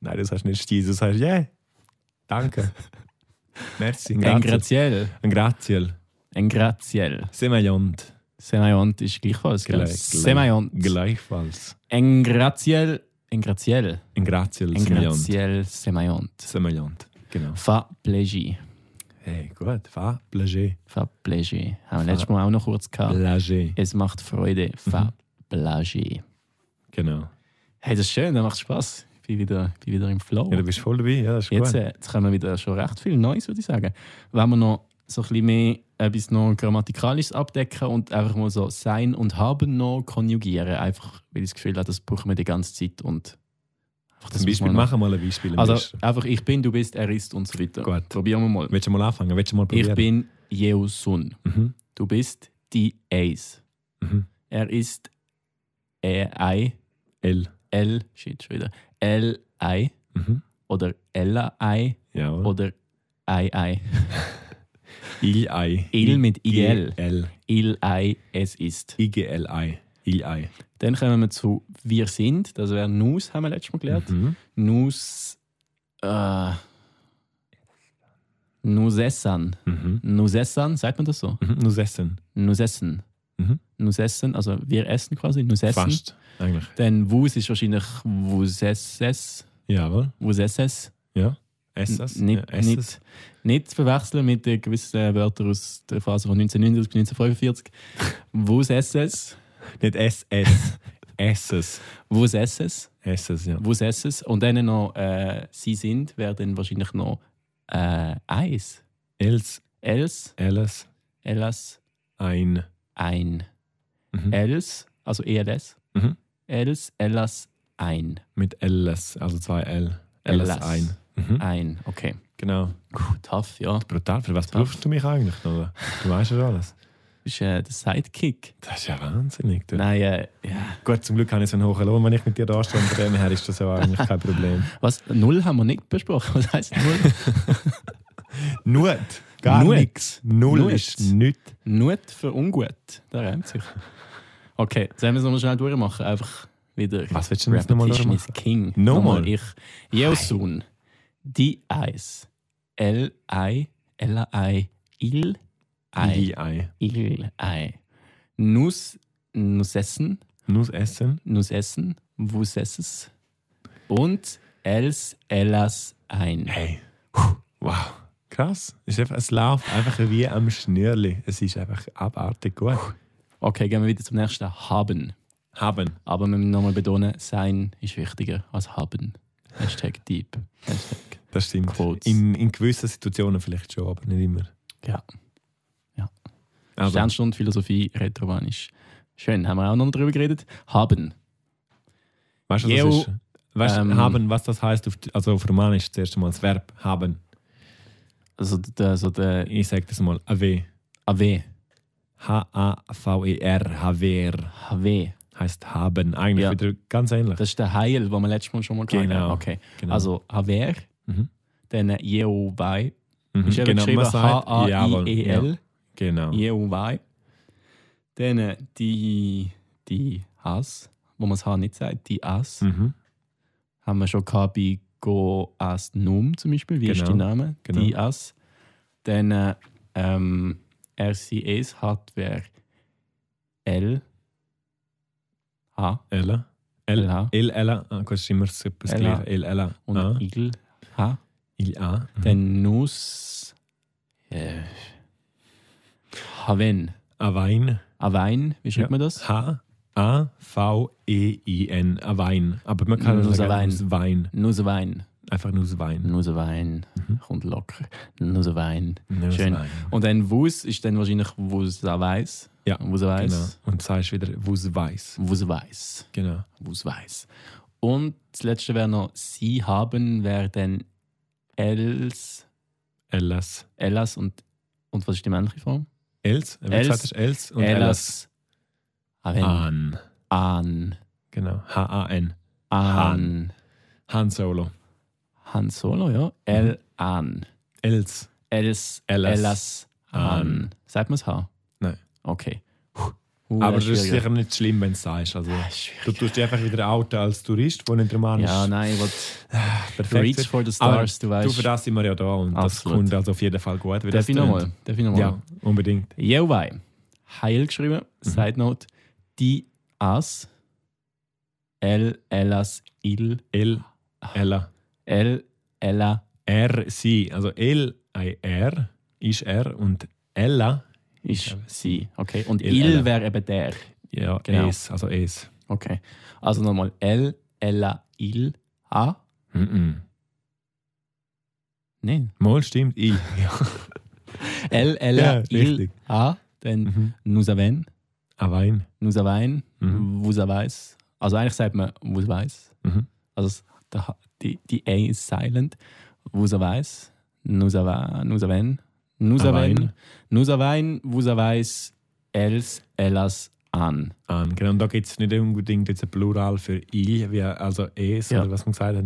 A: Nein, das heißt nicht Stis, das heißt Yeah. Danke. Merci.
B: En
A: Grazie.
B: graziell.
A: Ein Graziel.
B: En graziell.
A: Semajont.
B: Semajont ist gleichfalls, gell?
A: Gleich, gleich.
B: Semajont.
A: Gleichfalls.
B: En graziell. En graziell.
A: Ein Graziel.
B: En
A: Semajont.
B: graziell Semajont.
A: Semajont. Genau.
B: Fa Plegi.
A: Hey, gut. Fa, plage.
B: Fa Plegi. Haben wir letztes Mal auch noch kurz gehabt.
A: Plage.
B: Es macht Freude.
A: Mhm.
B: Fa Plegi.
A: Genau.
B: Hey, das ist schön, das macht Spaß. Ich bin wieder, bin wieder im Flow.
A: Ja, du bist voll dabei. Ja, das ist
B: Jetzt,
A: gut.
B: äh, jetzt kommen wieder schon recht viel Neues, würde ich sagen. Wenn wir noch so ein bisschen mehr etwas noch Grammatikalisches abdecken und einfach mal so sein und haben noch konjugieren. Einfach, weil ich das Gefühl habe, das brauchen wir die ganze Zeit. Und einfach
A: Zum
B: muss
A: Beispiel,
B: man noch-
A: machen wir mal ein Beispiel. am
B: Also
A: besten.
B: einfach, ich bin, du bist, er ist und so weiter.
A: Gut.
B: Probieren wir mal.
A: Willst du mal anfangen? Willst du mal probieren?
B: Ich bin Jeusun.
A: Mhm.
B: Du bist die Eis.
A: Mhm.
B: Er ist Ä, Ei,
A: L.
B: L, shit, schon wieder. L, Ei
A: Mhm.
B: oder Ella, Ei
A: Ja, oder?
B: oder Ei, Ei.
A: Il-Ei.
B: Il mit IGL.
A: L.
B: Il, Ei, es ist.
A: IGL-Ei. Il-Ei.
B: Dann kommen wir zu Wir sind. Das wäre Nus, haben wir letztes Mal gelernt.
A: Mhm.
B: Nus. Äh, Nusessan.
A: Mhm.
B: Nusessan, sagt man das so?
A: Mhm. Nur essen.
B: Nusessen.
A: Mhm.
B: Nusessen, also wir essen quasi. Nusessen.
A: Fast, eigentlich.
B: Dann Wus ist wahrscheinlich Wusesses.
A: Jawohl.
B: Wusesses.
A: Ja. Essas.
B: N-
A: ja,
B: Nicht,
A: Essas.
B: nicht, nicht zu verwechseln mit den gewissen Wörtern aus der Phase von 1990 bis 1945. Wus SS,
A: Nicht SS. Essas.
B: Wus SS,
A: Essas, ja.
B: Wus SS. Und dann noch äh, Sie sind, wäre dann wahrscheinlich noch äh, Eis.
A: Els.
B: Els,
A: Alles.
B: Elas,
A: Ein.
B: ein.
A: Mhm.
B: Els, also ELS.
A: Mhm.
B: Els, Elas, ein.
A: Mit LS, also zwei L. LS,
B: LS.
A: ein. Mhm.
B: Ein, okay.
A: Genau.
B: Puh, tough, ja.
A: Brutal. Für was
B: Tough.
A: brauchst du mich eigentlich noch? Du weißt ja alles.
B: Das ist äh, der Sidekick.
A: Das ist ja wahnsinnig. du.
B: Nein, äh, ja.
A: Gut, zum Glück habe ich so einen hohen Lohn, wenn ich mit dir da stehe. Von dem her ist das ja eigentlich kein Problem.
B: Was? Null haben wir nicht besprochen. Was heißt Null?
A: Nut. Gar
B: Nut.
A: nichts. Null
B: Nut.
A: ist nichts.
B: Nut für ungut. Da reimt sich. Okay, sollen wir es nochmal schnell durchmachen? Einfach wieder.
A: Was willst du denn jetzt nochmal
B: Repetition
A: durchmachen?
B: is King.
A: Nochmal?
B: Ich. Jeosun. Die Eis. L-Ei. L-Ei. Il-Ei.
A: Ei.
B: Il-Ei. Nuss. Nussessen.
A: Nuss essen.
B: Nussessen. Wussesses. Und Els. Ellas. Ein.
A: Hey. Wow. Krass. Ist einfach, es läuft einfach wie am Schnürli. Es ist einfach abartig gut.
B: Okay, gehen wir wieder zum nächsten. Haben.
A: Haben.
B: Aber wir müssen nochmal betonen, sein ist wichtiger als haben. Hashtag deep. Hashtag.
A: Das stimmt.
B: Quotes.
A: In, in gewissen Situationen vielleicht schon, aber nicht immer.
B: Ja.
A: Also,
B: Sternstunde Philosophie, Retrovanisch. Schön, haben wir auch noch drüber geredet. Haben.
A: weißt du, was das
B: Jeo,
A: ist? Weißt, du,
B: ähm,
A: haben, was das heißt, auf, also auf Romanisch das erste Mal das Verb haben.
B: Also der, so der
A: Ich sage das mal, AW.
B: AW.
A: E H-A-V-E-R, HWR
B: HW.
A: heißt haben. Eigentlich
B: Ja.
A: wieder ganz ähnlich.
B: Das ist der Heil, den wir letztes Mal schon mal gehabt
A: Genau.
B: haben. Okay.
A: Genau.
B: Also HWR,
A: Mhm.
B: dann Jeowei.
A: Mhm,
B: Ich habe
A: genau,
B: geschrieben
A: man sagt-
B: E
A: jawohl, ja,
B: H-A-I-E-L.
A: Genau.
B: E Jeowei. Dann äh, die, die As, wo man das H nicht sagt, die As.
A: Mhm.
B: haben wir schon gehabt bei Go As Num zum Beispiel. Wie ist
A: Genau,
B: die Name?
A: genau.
B: Die As. Dann äh, ähm, RCS Hardware L H
A: Ella.
B: L
A: L.
B: H
A: Il Ella. Ah, kannst du immer so etwas
B: Ella.
A: gleich. Il Ella.
B: und
A: Ah,
B: Igel H.
A: Il A. Mhm.
B: Dann Nuss äh, Haven
A: Avein.
B: Avein, wie schreibt
A: Ja.
B: man das?
A: E H-A-V-E-I-N. Avein. Aber man kann
B: Nur
A: auch
B: das
A: sagen,
B: Wein.
A: nur das Wein.
B: Nussewein.
A: Einfach nur das Wein.
B: Nussewein.
A: Mhm.
B: Kommt locker. Nussewein.
A: Nur das
B: Schön.
A: Wein.
B: Und dann Wus ist dann wahrscheinlich Wus weiß.
A: Ja,
B: Wus weiß.
A: Genau. Und sagst wieder, wo es weiß.
B: Wo's weiß.
A: Genau.
B: Wo's weiß. Und das letzte wäre noch Sie haben, wäre dann Els,
A: Ellas.
B: Ellas und, und was ist die männliche Form?
A: Els? Wie
B: Els.
A: gesagt, ist Els und Ellas.
B: Ellas. Haben.
A: An.
B: An.
A: Genau. H-A-N.
B: An.
A: Han Solo.
B: Han Solo,
A: Mhm.
B: ja. El an.
A: Els.
B: Els.
A: Ellas.
B: Ellas. An. Sagt man es H?
A: Nein.
B: Okay. Huh,
A: Aber das
B: schwieriger.
A: ist sicher nicht schlimm, wenn du es sagst. Also,
B: Ah, schwierig.
A: du tust dich einfach wieder outen als Tourist, wo nicht romanisch
B: Ja, nein, was.
A: perfekt
B: Reach
A: ist.
B: for the
A: Ah, Aber
B: stars, du
A: du, für
B: weißt.
A: das sind wir ja da und
B: Absolut.
A: das kommt also auf jeden Fall gut. wie das
B: Darf ich
A: tönt.
B: nochmal? Darf ich nochmal?
A: Ja, unbedingt.
B: Jeowei. Heil geschrieben.
A: Mhm.
B: Side note. Die As. El, Elas, Il.
A: L,
B: Ah.
A: Ella.
B: El, Ella,
A: R, sie. Also L, I, R ist R und Ella,
B: ist sie. Okay. Und
A: Il,
B: Il
A: Ella.
B: wäre eben der.
A: ja,
B: Genau.
A: es, also es.
B: Okay. Also nochmal. El, Ella, Il, A.
A: Mhm.
B: Nein.
A: Mal stimmt, I. Ja.
B: El, Ella,
A: Ja,
B: Il,
A: richtig.
B: A. Dann
A: Mhm.
B: Nous avons,
A: Ah, Wein.
B: Nous avons,
A: Mhm.
B: Vous avez. Also eigentlich sagt man Vous avez.
A: Mhm.
B: Also es- der H- die, die A ist silent. Vous weiß, nous avons, nous avons, nous avons,
A: Avein.
B: nous avons, vous weiß, els, ellas, an.
A: An. Genau, und da gibt es nicht unbedingt jetzt ein Plural für I, wie, also es,
B: Ja.
A: oder was man gesagt hat.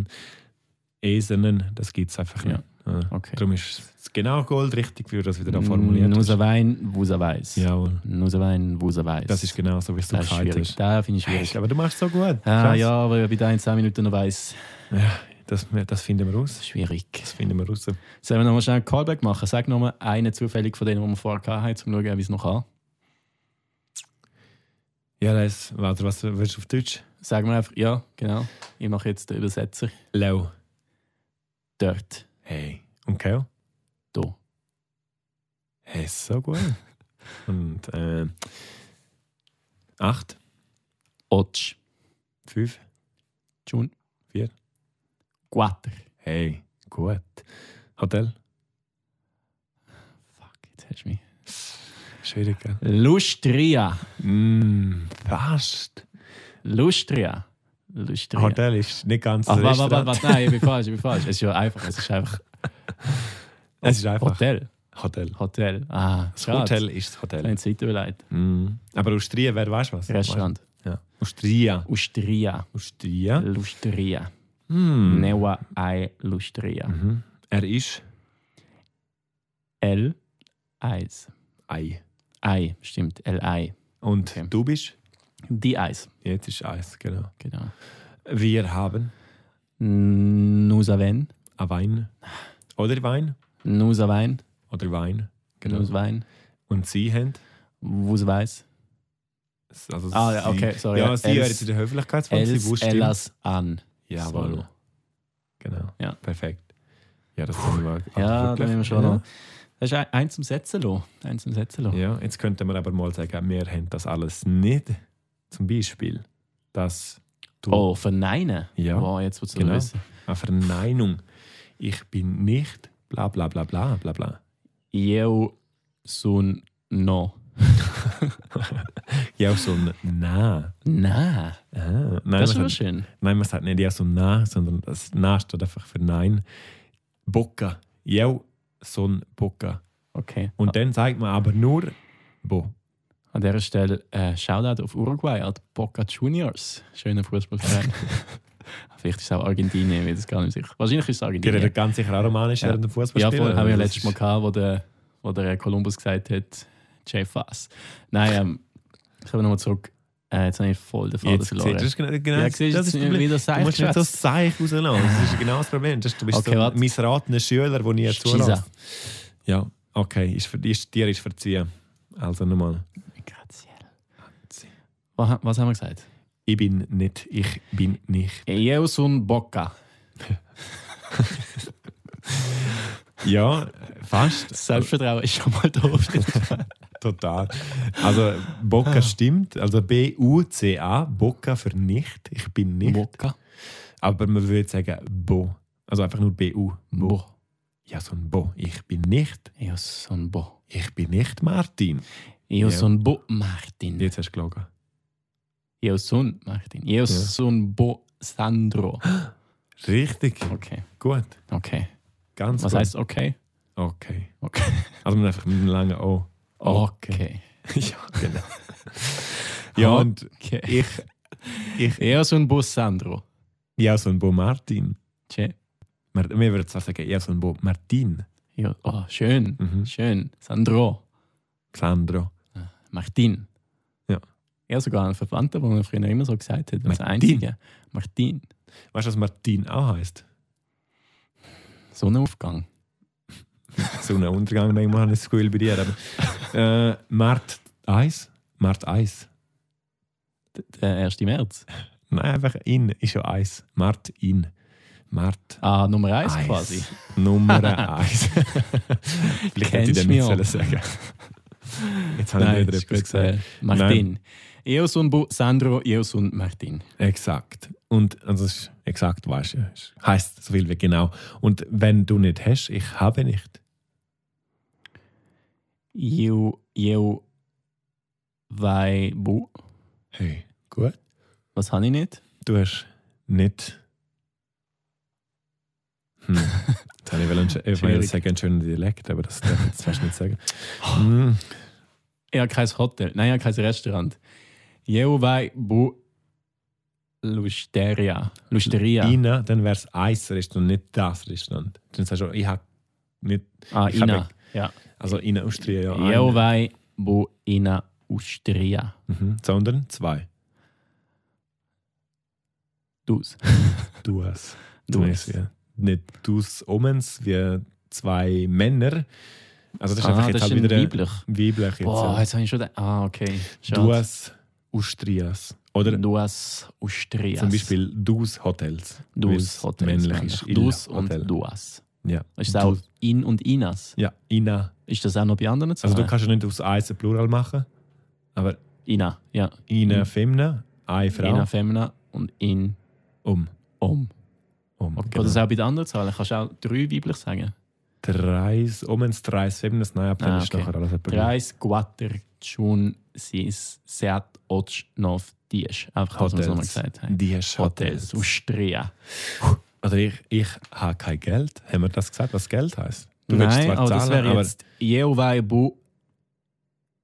A: Esenen, das gibt es einfach
B: Ja.
A: nicht. Ja.
B: Okay. Mm,
A: Darum ist es genau Gold richtig, wie du das wieder da formuliert
B: Nous
A: hast.
B: avons, vous weiß.
A: Jawohl,
B: Nous avons, vous weiß.
A: das ist genau so, wie es du
B: das ist
A: gesagt
B: schwierig.
A: hast.
B: Da finde ich schwierig.
A: Aber du machst so gut.
B: Ah,
A: Krass.
B: ja, aber bei deinen 10 Minuten noch weiß.
A: Das, das finden wir raus.
B: Schwierig.
A: Das finden wir raus.
B: Sollen wir nochmal schnell einen Callback machen? Sag nochmal einen zufällig von denen, die wir vorher gehabt haben, um zu schauen, wie es noch kann.
A: Ja, das, warte, was willst du auf Deutsch?
B: Sagen wir einfach, ja, genau. Ich mache jetzt den Übersetzer.
A: Leo.
B: Dort.
A: Hey. Und Keo?
B: Da.
A: Hey, ist so gut. Und äh, acht,
B: Otsch.
A: fünf,
B: Jun.
A: Vier.
B: Quater.
A: hey, gut. Hotel?
B: Fuck, jetzt hast du mich.
A: Schwierig, gell?
B: Lustria.
A: Mm, fast.
B: Lustria. Ah, Lüstringen.
A: Hotel ist nicht ganz
B: Ach,
A: ein
B: warte, warte,
A: Restaurant.
B: warte, nein, ich bin falsch, ich bin falsch. Es ist ja einfach, es ist einfach
A: Es ist einfach
B: Hotel.
A: Hotel.
B: Hotel. Ah,
A: Das
B: schade.
A: Hotel ist das
B: Ich habe
A: Hotel.
B: die Seite überlegt.
A: Mhm. Aber Austria, wer weiß was?
B: Restaurant.
A: Ja. Austria.
B: Ustria.
A: Austria.
B: Lustria.
A: Hm.
B: Neua ai Lustria.
A: Mhm. Er ist
B: L. Eis.
A: Ei.
B: Ei, stimmt. L. Ei.
A: Und
B: Okay.
A: du bist?
B: Die Eis.
A: Jetzt ist Eis, genau.
B: Genau.
A: Wir haben
B: Nusaven.
A: einen Wein. Oder Wein?
B: Nusawein.
A: Oder Wein. Genau.
B: Nuswein.
A: Und sie haben.
B: Wus weiß.
A: Also
B: Ah, ja,
A: sie-
B: okay, sorry.
A: Ja, sie
B: Els-
A: wäre jetzt in der Höflichkeitsform. Sie
B: Els
A: wusste immer-
B: Ellas an.
A: Jawohl. Genau.
B: Ja.
A: Perfekt. Ja, das sind wir. also
B: Ja, da
A: wirklich-
B: müssen wir schon
A: ja.
B: noch. Das ist ein- eins zum Setzen lassen. Eins zum Setzen lassen.
A: Ja, jetzt könnte man aber mal sagen, wir haben das alles nicht. Zum Beispiel, dass du
B: Oh, verneinen.
A: Ja.
B: Wow, jetzt wird's
A: Genau.
B: genau. wissen.
A: eine Verneinung, ich bin nicht bla bla bla bla bla bla.
B: Eu sun no.
A: Ja, so ein Na.
B: Na,
A: Ah, nein,
B: das ist
A: man
B: schon
A: sagt,
B: schön.
A: nein, man sagt nicht ja so Na, sondern das Na steht einfach für Nein. Bocca. Ja, so ein Bocca.
B: Okay.
A: Und dann sagt man aber nur Bo.
B: An dieser Stelle äh, Shoutout auf Uruguay, an die Boca Juniors. Schöner Fußballverein. Vielleicht ist es auch Argentinien, ich weiß es gar nicht sicher. Wahrscheinlich ist es
A: Die reden
B: Argentinien.
A: ganz sicher auch romanisch
B: Ja.
A: während dem
B: Ja,
A: Fußballspielen.
B: vorher haben wir ja
A: Das
B: letztes Mal
A: ist-
B: gehabt, wo der, wo der äh, Columbus gesagt hat, Che Fass. Nein, ähm, ich komme nochmal zurück. Äh, jetzt habe ich voll den Faden
A: Jetzt siehst du,
B: verloren.
A: das ist genau, genau
B: Ja,
A: das,
B: siehst du,
A: das ist das
B: jetzt
A: Problem.
B: wieder
A: Du musst nicht so
B: Seichschwätz.
A: das Zeichen rauslassen. Das ist genau das Problem. Das, du bist
B: Okay,
A: so ein
B: warte.
A: missratener Schüler, den ich jetzt
B: Schieße.
A: zulasse. Ja, okay. Ist, ver- ist, dir ist verziehen. Also nochmal.
B: Grazie. Was, ha- was haben wir gesagt?
A: Ich bin nicht. Ich bin nicht.
B: Eu sun Boca.
A: Ja, fast.
B: Selbstvertrauen ist schon mal doof.
A: Total. Also,
B: Ah.
A: Bocca stimmt. Also, B-U-C-A. Bocca für nicht. Ich bin nicht.
B: Boca.
A: Aber man würde sagen Bo. Also einfach nur B-U.
B: Bo.
A: Ja, so ein Bo. Ich bin nicht.
B: Eu sun Bo.
A: Ich bin nicht Martin.
B: Eu
A: Ja.
B: sun Bo Martin.
A: Jetzt hast du gelogen.
B: Eu sun Martin. Eu sun Bo Sandro.
A: Richtig.
B: Okay.
A: Gut.
B: Okay.
A: Ganz
B: Was
A: gut.
B: heißt okay?
A: Okay.
B: Okay.
A: Also man einfach mit einem langen O.
B: Okay.
A: ja, genau. ja, und
B: okay.
A: ich, ich,
B: Eu sun Bo Sandro.
A: ja, so ein Bo Martin.
B: Che.
A: Mar- Mir würde zwar sagen, ja, so ein Bo Martin.
B: Eu- Oh, schön.
A: Mhm.
B: Schön. Sandro.
A: Sandro.
B: Martin.
A: Ja.
B: Ja, sogar ein Verwandter, den man früher immer so gesagt hat. Das
A: Martin.
B: Einzige. Martin.
A: Weißt du, was Martin auch heißt?
B: Sonnenaufgang.
A: So ein Untergang, manchmal habe ich das Gefühl bei dir. Aber, äh, Mart Eis? Mart Eis.
B: D- Der 1. März.
A: Nein, einfach in ist ja Eis. Mart in. Mart
B: Ah, Nummer 1
A: Eis.
B: quasi.
A: Nummer eins. Vielleicht hätte ich
B: Kennst
A: das
B: mich
A: nicht
B: auch.
A: sollen sagen Jetzt habe ich
B: Nein,
A: wieder
B: das ist
A: etwas
B: gut,
A: gesagt.
B: äh, Martin. Eu sunt Bu Sandro, eu sunt Martin.
A: Exakt. Und also es ist exakt weißt du. es Heißt so viel wie genau. Und wenn du nicht hast, ich habe nicht.
B: Eu, eu vai bu.
A: Hey, gut.
B: Was habe ich nicht?
A: Du hast nicht. Hm. Jetzt habe ich wollen, ich wollte
B: Schwierig.
A: sagen, einen schönen Dialekt, aber das darf ich jetzt fast nicht sagen. Hm.
B: Ich habe kein Hotel. Nein, ich habe kein Restaurant. Eu vai bu Lusteria. Lusteria.
A: Ina, dann wäre es Eisrestaurant, nicht das Restaurant. Dann sagst du, ich habe nicht.
B: ah,
A: ich hab
B: Ina. Ja.
A: Also Ina Austria, ja.
B: Eu
A: ein.
B: vai bu Ina Usteria.
A: Mhm. Sondern zwei.
B: Dus.
A: Du hast. Du
B: Dus.
A: ja. Nicht dus omens, wie zwei Männer. Also das ist einfach
B: Ah,
A: jetzt
B: das ist
A: halt
B: ein
A: wieder ein
B: weiblich.
A: weiblich jetzt.
B: Boah,
A: ja.
B: jetzt habe ich schon... den- Ah, okay. Schade.
A: duas Ustrias. Oder
B: Duas Ustrias.
A: zum Beispiel dus Hotels.
B: Dus
A: weil's
B: Hotels.
A: Männlich ist
B: männlich.
A: Illa
B: Dus und
A: Hotel.
B: Duas.
A: Ja.
B: Ist das auch
A: Du-
B: In und Inas?
A: Ja, Ina.
B: Ist das auch noch bei anderen
A: Also
B: Zahlen?
A: du kannst ja nicht aus eins ein Plural machen, aber
B: Ina, ja.
A: Ina
B: Mhm.
A: Femna, eine Frau,
B: Ina Femina und In
A: um.
B: Om.
A: um.
B: Okay.
A: genau.
B: Oder das auch bei den anderen Zahlen? Kannst du auch drei weiblich sagen?
A: Drei, omens drei um Femnas, nein, ab dann
B: Ah,
A: ist
B: okay.
A: nachher alles etwa gleich.
B: Drei, quater, chun, sis, seat, och, nov, Die ist. Einfach, was wir es nochmal
A: Hotels.
B: gesagt haben.
A: Die hast
B: Hotels. Austria.
A: Oder ich, ich habe kein Geld. Haben wir das gesagt, was Geld heisst? willst
B: Nein, aber das wäre jetzt Jeovaibu.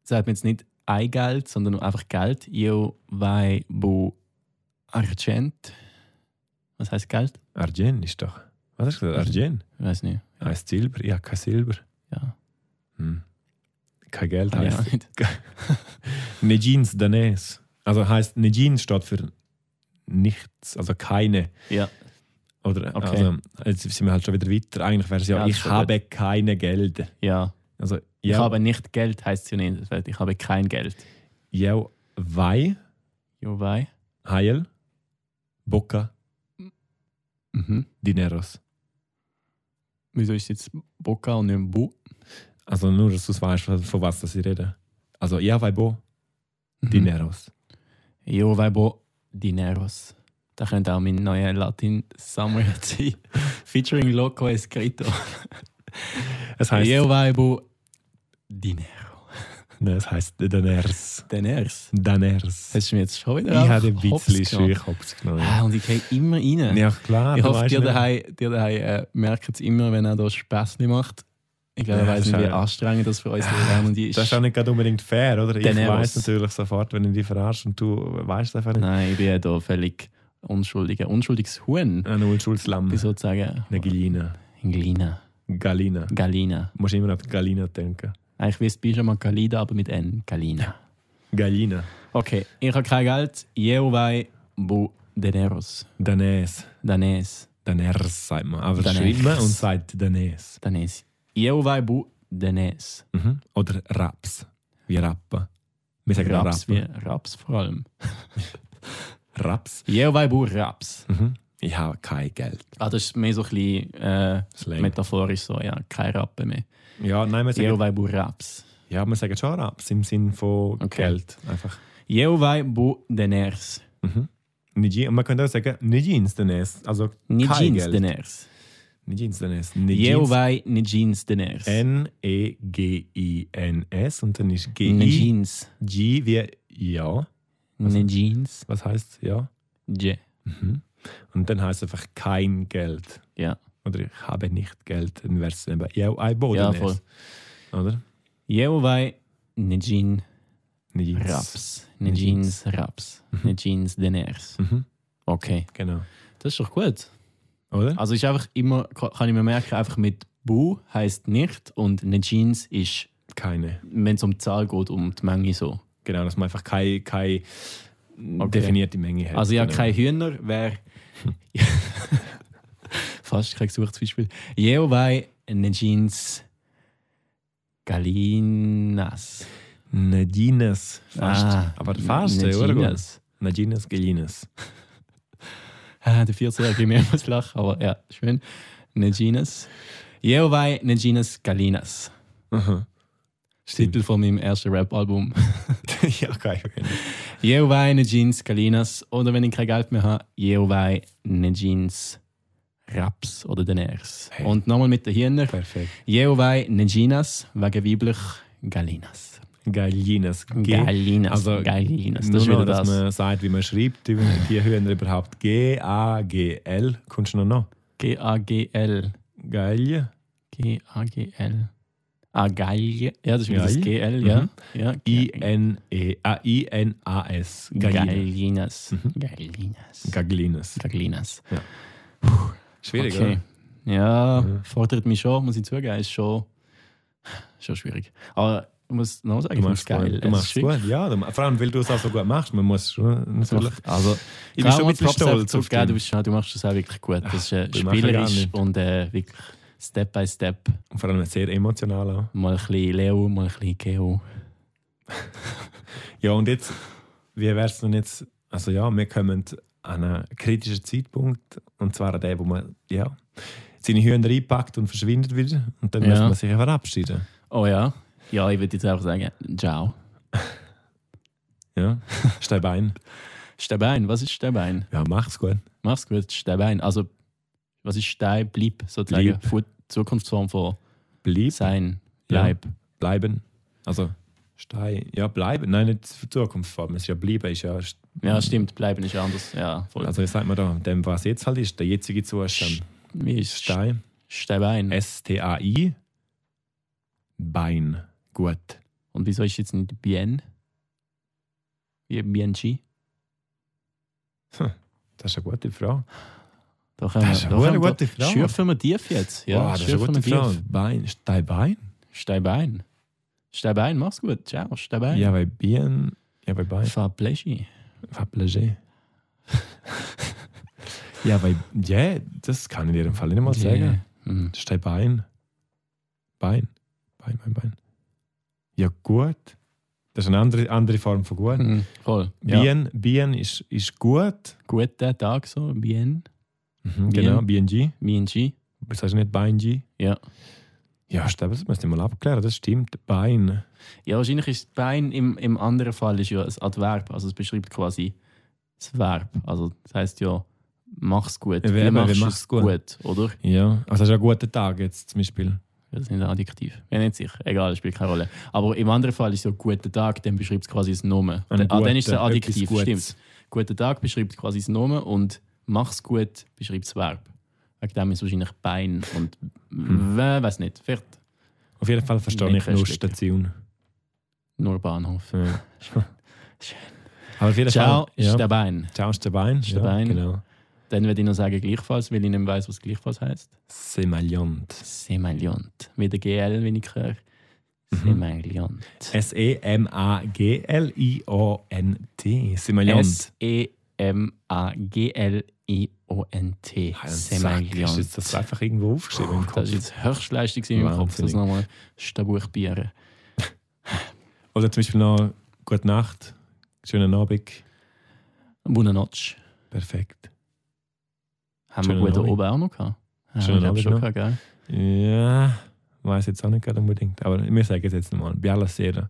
B: Sagt man jetzt nicht ein Geld, sondern nur einfach Geld. Jeovaibu Argent. Was heißt Geld?
A: Argen ist doch. Was hast du gesagt? Argen?
B: Ich weiß nicht.
A: Heißt Silber? Ja, kein Silber.
B: Ja.
A: Hm. Kein Geld
B: Habe ich
A: heißt.
B: auch nicht.
A: Ne Jeans Danes. Also heißt Ne Jeans steht für nichts, also keine.
B: Ja.
A: Oder
B: Okay.
A: also, jetzt sind wir halt schon wieder weiter. Eigentlich wäre es ja,
B: Ja, das ist
A: ich
B: schon
A: habe keine Geld.
B: ja.
A: Also
B: Ich
A: ja,
B: habe nicht Geld, heißt es ja nicht. Das heißt, Ich habe kein Geld.
A: ja, wei,
B: Jovai.
A: heil, boca,
B: Mhm.
A: dineros.
B: Wieso ist jetzt Boca und nicht Bu?
A: Also nur, dass du es weißt, von was das ich rede. Also ja, wei, bo,
B: Mhm.
A: dineros.
B: Io vibo dineros. Das könnte auch mein neuer Latin Summer sein. Featuring Loco Escrito.
A: Es heißt,
B: Io vibo dinero.
A: ne, es heißt daners.
B: Diners.
A: Daners.
B: Hast du mir jetzt schon
A: Ich
B: wieder
A: habe ein
B: auf Hops
A: bisschen
B: genommen?
A: Schüchhops genommen.
B: Ah, und ich gehe immer rein.
A: Ja, klar.
B: ich
A: du
B: hoffe,
A: weißt
B: dir
A: nicht.
B: daheim, dir daheim äh, merkt es immer, wenn er da Spaß macht. Ich glaube, er
A: Ja,
B: weiß
A: das
B: nicht,
A: ist
B: wie
A: auch- Ah,
B: anstrengend das für uns Lernende ist.
A: Das ist auch nicht gerade unbedingt fair, oder? Ich
B: Dann eher
A: weiß
B: was.
A: natürlich sofort, wenn ich dich verarsche und du weißt einfach nicht.
B: Nein, ich bin ja da völlig unschuldig. Ein unschuldiges Huhn.
A: Ein Ulschulslamm.
B: Ich sozusagen.
A: Eine Galina.
B: Galina.
A: Galina. Du
B: Galina.
A: musst immer an die Galina denken.
B: Eigentlich wie es bei schon mal Galida, aber mit N. Galina.
A: Galina.
B: Okay, ich habe kein Geld. Jeovai bu deneros.
A: Danes.
B: Danes.
A: Daners sagt man. Aber
B: Daners.
A: schreibt man und sagt Danes.
B: Danes. Jeovai bu denes.
A: Mhm. Oder Raps. Wie Rappen. Wir sagen
B: Raps, wie
A: Rappen.
B: Raps vor allem.
A: Raps.
B: Jeovai bu Raps.
A: Mhm. Ich habe kein Geld.
B: Ah, das ist mehr so ein bisschen äh,
A: Slang.
B: metaphorisch so, ja. Kein Rappen mehr.
A: ja, nein, wir sagen,
B: Jeovai bu Raps.
A: ja, wir sagen schon Raps im Sinn von
B: Okay.
A: Geld. Einfach.
B: Jeovai bu deneres.
A: Mhm. Nicht je- Und man könnte auch sagen, nicht ins Danes. Also kein
B: Nijins
A: Geld.
B: deneres.
A: Nicht ins Danes. Nicht ins-
B: Jeovai nijins deneres.
A: N-E-G-I-N-S und dann ist G-I.
B: Nijins.
A: G wie ja.
B: Nijins.
A: Was heißt ja?
B: Je.
A: Mhm. Und dann heißt es einfach kein Geld.
B: Ja.
A: Oder ich habe nicht Geld. Dann wäre es eben ja ein Boden.
B: Ja, voll.
A: Oder?
B: Jeovai nijin
A: Nichts.
B: Raps. Eine Jeans Raps. Eine Jeans Deners.
A: Ne Mhm.
B: Okay.
A: Genau.
B: Das ist doch gut.
A: Oder?
B: Also ist einfach immer, ka- kann ich mir merken, einfach mit Bu heißt nicht und eine Jeans ist,
A: Keine.
B: wenn es um die Zahl geht, um die Menge so.
A: Genau, dass man einfach keine keine definierte Menge hat.
B: Also ja,
A: Genau.
B: kein Hühner wäre. Fast kein gesuchtes Beispiel. Jeovai eine ne Jeans Galinas.
A: Nadines. Fast.
B: Ah,
A: Aber fast,
B: eine
A: oder?
B: Jeans.
A: Nadines, Gelines.
B: Ah, der 14-Jährige mehrmals lachen, aber ja, schön. Neginas. Jeovai Neginas Galinas.
A: Aha.
B: Titel von meinem ersten Rap-Album.
A: ja, kein Problem.
B: Jeovai Negins Galinas. Oder wenn ich kein Geld mehr habe, Jeovai Negins Raps oder Deners.
A: Hey.
B: Und nochmal mit den Hirner.
A: Perfekt.
B: Jeovai Neginas wegen weiblich Galinas.
A: Gallinas. G.
B: Galinas.
A: also
B: Galinas. Das
A: Nur
B: ist
A: noch,
B: wieder
A: dass
B: das.
A: man sagt, wie man schreibt, die die Hühner überhaupt. G-A-G-L. Kommst du noch noch?
B: G-A-G-L.
A: Geil.
B: G-A-G-L. Ah, Gallie. Ja, das ist wieder das
A: Gallie.
B: G-L, ja.
A: Mhm.
B: ja.
A: I-N-E. Ah, I-N-A-S. Gallinas.
B: Gallinas.
A: Mhm.
B: Gallinas.
A: Gaglinas.
B: Gallinas.
A: Schwierig,
B: okay.
A: oder?
B: Ja,
A: Mhm.
B: fordert mich schon, muss ich zugeben, ist schon, schon schwierig. Aber ich muss noch sagen,
A: Du
B: ich
A: machst
B: find's geil.
A: gut.
B: Es
A: Du
B: ist
A: machst
B: wirklich-
A: gut. Ja, du, vor allem, weil du es auch so gut machst. Man muss schon natürlich.
B: Also,
A: Ich bin schon ein bisschen
B: auf
A: stolz auf
B: dich. Du,
A: dich.
B: bist schon- du machst das auch wirklich gut. Das ist äh,
A: ich mache gar
B: spielerisch
A: nicht.
B: und äh, wirklich Step by Step.
A: Und vor allem sehr emotional auch.
B: Mal ein bisschen Leo, mal ein bisschen Geo.
A: Ja, und jetzt, wie wäre es denn jetzt? Also ja, wir kommen an einen kritischen Zeitpunkt, und zwar an den, wo man ja, seine Hühner einpackt und verschwindet wieder. Und dann
B: Ja.
A: muss man sich verabschieden.
B: Oh ja. Ja, ich würde jetzt einfach sagen, ciao.
A: Ja, Steinbein.
B: Stebein, was ist Stebein?
A: Ja, mach's gut.
B: Mach's gut, Stebein. Also, was ist Stein? Bleib, sozusagen.
A: Bleib.
B: Fu- Zukunftsform von
A: Bleib,
B: sein,
A: Ja.
B: bleib.
A: bleiben. Also, Stein. Ja, bleiben. Nein, nicht für die Zukunft. vor allem. Es ist ja bleiben. Ist ja,
B: Ja, stimmt, bleiben ist anders. Ja, voll.
A: also, wie sagt man da? Dem, was jetzt halt ist, der jetzige Zustand.
B: Wie ist Stein?
A: Stein.
B: Steinbein.
A: S-T-A-I. Bein. Gut.
B: Und wieso ist jetzt nicht Bien? Wie BNG?
A: Das ist eine gute Frage.
B: Da können
A: Das ist eine
B: wir, da können wir,
A: gute
B: da,
A: Frage.
B: schürfen wir tief jetzt. Ja,
A: Wow, das ist eine
B: schürfen
A: gute
B: wir
A: Frage. Bein. Steinbein?
B: Steinbein. Steinbein, mach's gut. Ciao, Steinbein.
A: Ja, bei Bien. Ja, bei Bein.
B: Fahr Pleschi.
A: Fab Leger. ja, weil, ja, das kann ich dir im Fall nicht mal sagen.
B: Mhm.
A: Das ist dein Bein. Bein. Bein, Bein, Bein. Ja, gut. Das ist eine andere, andere Form von gut.
B: Mhm. Voll. Ja.
A: Bien, bien ist, ist gut.
B: Guten Tag so. Bien.
A: Mhm,
B: Bien.
A: Genau, BNG.
B: BNG.
A: Das heißt nicht BeinG.
B: Ja.
A: Ja, stimmt, das müssen wir mal abklären. Das stimmt. Bein.
B: Ja, wahrscheinlich ist Bein im, im anderen Fall ist ja ein Adverb. Also es beschreibt quasi das Verb. Also das heißt ja, mach's gut.
A: Ja,
B: Wie,
A: eben, wie
B: machst du
A: machst
B: es
A: du
B: gut, oder?
A: Ja. Also, das ist ein guter Tag jetzt zum Beispiel.
B: Das ist nicht ein Adjektiv. Ja, nicht sicher. Egal, spielt keine Rolle. Aber im anderen Fall ist ja guter Tag, dann beschreibt es quasi das Nomen.
A: Ein
B: ah, dann ist es ein
A: guter,
B: Adjektiv,
A: etwas Gutes.
B: stimmt. Guter Tag beschreibt quasi das Nomen und mach's gut beschreibt das Verb. Wegen dem ist wahrscheinlich Bein und
A: Hm.
B: wer weiß nicht. Fährt
A: Auf jeden Fall verstehe
B: Nicht
A: ich nur
B: festlegen.
A: Station.
B: nur Bahnhof.
A: Ja. Aber auf jeden
B: Ciao,
A: Fall.
B: ist
A: Ja.
B: der Bein.
A: Ciao, ist der Bein.
B: der Bein.
A: Ja, genau.
B: Dann würde ich noch sagen gleichfalls, weil ich nicht weiß, was gleichfalls heißt.
A: Semaillant.
B: Semaliant. Wie der GL, wenn ich höre.
A: Mhm.
B: Semaliant.
A: S-E-M-A-G-L-I-O-N-T. Semaillant.
B: E S-E-M-A-G-L-I-O-N-T.
A: Ist
B: Semaliant.
A: jetzt das einfach irgendwo aufgeschrieben im
B: Das
A: Kopf?
B: ist jetzt Höchstleistung in meinem Kopf. Das
A: Wahnsinnig.
B: nochmal Stabuch Bier.
A: Oder zum Beispiel noch Gute Nacht, schönen Abend.
B: Buona Notch.
A: Perfekt.
B: Haben wir
A: Schönen
B: gut da
A: Abend.
B: oben auch noch gehabt. Haben
A: Schönen
B: wir, glaub ich,
A: Abend
B: schon
A: noch.
B: gehabt, gell?
A: Ja, weiß jetzt auch nicht gerade unbedingt. Aber wir sagen es jetzt nochmal. Biala sera.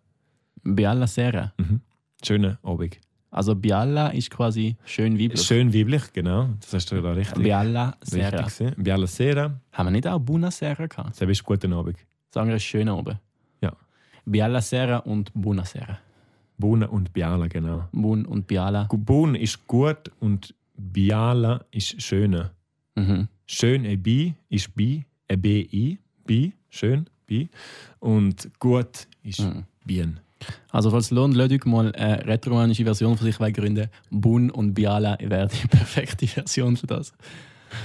B: Bialla Sera.
A: Mhm. Schönen Abend.
B: Also Bialla ist quasi schön weiblich.
A: Schön weiblich, genau. Das hast du da richtig.
B: Bialla
A: richtig
B: Sera.
A: gesehen. Biala sera.
B: Haben wir nicht auch Buona Sera gehabt?
A: Das ist guten Abend.
B: Sagen wir schön oben.
A: Ja.
B: Bialla Sera und Buona Sera.
A: Buna und Biala, genau.
B: Bun und Bialla.
A: Gu- Bun ist gut und Biala ist schöner.
B: Mhm.
A: Schön ein Bi ist Bi, ein B-I, Bi, schön, Bi. Und gut ist
B: Mhm.
A: Bien.
B: Also falls Lohn Ludwig mal eine retromanische Version von sich will gründen Bun und Biala wäre die perfekte Version für das.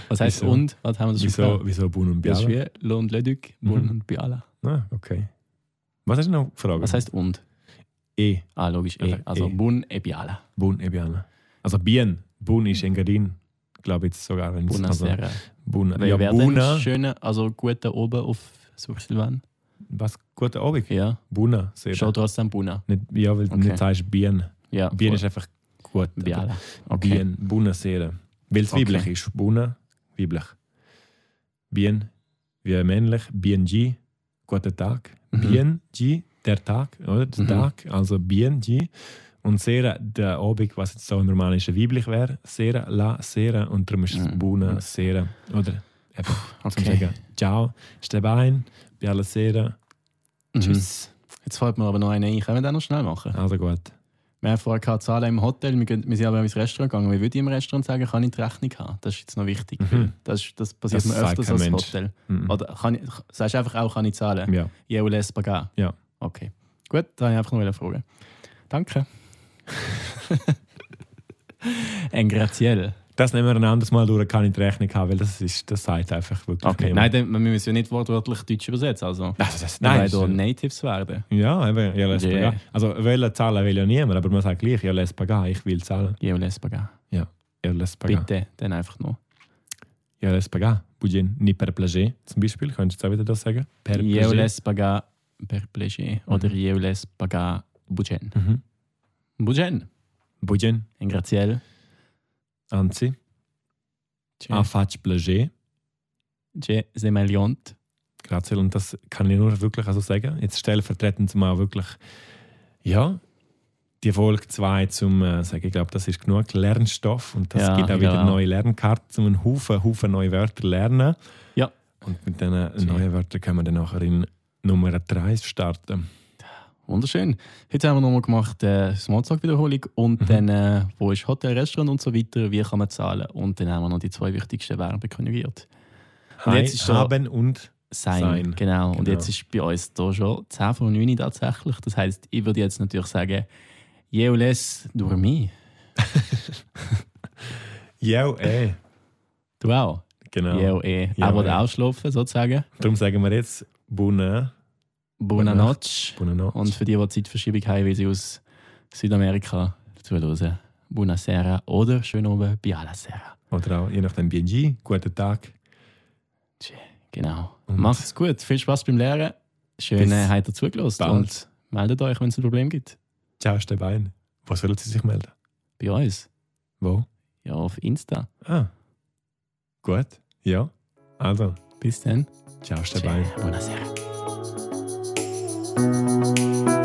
B: Was heißt
A: Wieso?
B: und? Was haben wir das schon gesagt?
A: Wieso, wieso Bun und
B: Das ist
A: Biala?
B: wie Lohn Ludwig, Bun
A: Mhm.
B: und Biala.
A: Ah, okay. Was hast du noch gefragt?
B: Was heißt und?
A: E,
B: Ah, logisch. E.
A: Perfekt,
B: Also
A: E.
B: Bun e Biala.
A: Bun e Biala. Also Bien, Bun ist Engadin, glaube ich jetzt sogar. wenn's-
B: Buna
A: also,
B: Serra.
A: Bun,
B: Wer
A: ja,
B: wäre denn
A: Buna,
B: das schöne, also guter oben auf Sursilvan?
A: was, guten Abend.
B: Ja,
A: Buna, sehr.
B: schon trotzdem Buna.
A: Nicht, ja, weil
B: Okay.
A: du nicht sagst Bien.
B: Ja,
A: Bien
B: voll.
A: ist einfach gut. oder?
B: Biala. Okay.
A: Bien, Buna Sera. Weil es
B: Okay.
A: weiblich ist. Buna, weiblich. Bien, wie männlich. BNG, guten Tag.
B: Mhm.
A: BNG, der Tag, oder? Der
B: Mhm.
A: Tag, also BNG. Und Sera, der Obig, was jetzt so im Romanischen weiblich wäre. Sera, la, Sera. Und darum ist es
B: Mhm.
A: Buna Sera. Oder? Eben, zum
B: Okay.
A: Sagen, ciao, Stebein, Biala Sera.
B: Mhm.
A: Tschüss.
B: Jetzt fällt mir aber noch einer ein. Können wir den noch schnell machen?
A: Also gut.
B: Wir haben vorher gehabt, Zahlen im Hotel, wir, gehen, wir sind aber ins Restaurant gegangen. Wie würde ich im Restaurant sagen, kann ich die Rechnung haben? Das ist jetzt noch wichtig.
A: Mhm.
B: Das, ist- das passiert
A: Das
B: mir
A: sagt
B: öfters
A: kein
B: als
A: Mensch.
B: Hotel.
A: Mhm.
B: Oder kann ich, sagst du einfach auch, kann ich zahlen?
A: Ja.
B: Ja. Je les pagar.
A: Ja.
B: Okay. Gut, da habe ich einfach noch eine Frage. Danke. Ein graziell.
A: Das nehmen wir ein anderes Mal durch, kann ich die Rechnung haben, weil das, ist, das sagt einfach wirklich
B: Okay.
A: niemand.
B: Nein, dann, wir müssen ja nicht wortwörtlich Deutsch übersetzen. Also,
A: Also das,
B: wir
A: nein,
B: wollen hier
A: nein.
B: Natives werden.
A: Ja, eben, ja, lässt
B: Yeah.
A: pagar. Also, wollen zahlen will ja niemand, aber man sagt gleich, ja, lässt pagar, ich will zahlen.
B: Je les pagar.
A: Ja, lässt pagar.
B: Bitte, dann einfach nur.
A: Ja, lässt pagar. Budget ni per plager, zum Beispiel. Könntest du jetzt auch wieder das sagen? Per
B: Je
A: plager.
B: les pagar per plaisir. Oder je les pagar budget.
A: Mhm.
B: Budget.
A: Budget,
B: In graziell.
A: anzi,
B: Je-
A: a fac plager.
B: Je semeliant.
A: Grazie, und das kann ich nur wirklich also sagen. Jetzt stellvertretend mal wirklich, ja, die Folge 2 zum äh, sagen, ich glaube, das ist genug Lernstoff und das
B: Ja,
A: gibt auch
B: ich
A: wieder
B: glaube auch.
A: neue Lernkarten, um einen Haufen, Haufen neue Wörter lernen.
B: Ja.
A: Und mit diesen
B: Sehr.
A: neuen Wörtern können wir dann nachher in Nummer 3 starten.
B: Wunderschön. Heute haben wir nochmal gemacht äh, Smalltalk-Wiederholung und dann, äh, wo ist Hotel, Restaurant und so weiter, wie kann man zahlen. Und dann haben wir noch die zwei wichtigsten Verben konjugiert. Und jetzt ist da
A: haben und
B: sein.
A: sein.
B: Genau. Und
A: Genau.
B: jetzt ist bei uns da schon 10 vor 9 tatsächlich. Das heißt, ich würde jetzt natürlich sagen, je ou laisse dormir.
A: ja, eh.
B: Du auch.
A: Genau.
B: Je ou eh.
A: Ja,
B: Aber
A: eh.
B: auch schlafen sozusagen.
A: Darum sagen wir jetzt Buona,
B: Buona
A: Nacht.
B: notte.
A: Buona Nacht.
B: Und für die, die Zeitverschiebung haben, weil sie aus Südamerika zuhören. Buonasera oder schön oben Bialasera.
A: Oder auch je nachdem BNG, guten Tag.
B: Genau.
A: Und-
B: Macht's gut. Viel Spaß beim Lehren. Schön,
A: Bis
B: äh, habt ihr zugelost.
A: bald.
B: Und meldet euch, wenn es ein Problem gibt.
A: Ciao, Stebein. Wo sollen Sie sich melden?
B: Bei uns.
A: Wo?
B: Ja, auf Insta.
A: Ah. Gut. Ja. Also,
B: Bis dann.
A: ciao,
B: Ciao.
A: Stebein.
B: Buonasera.
C: Thank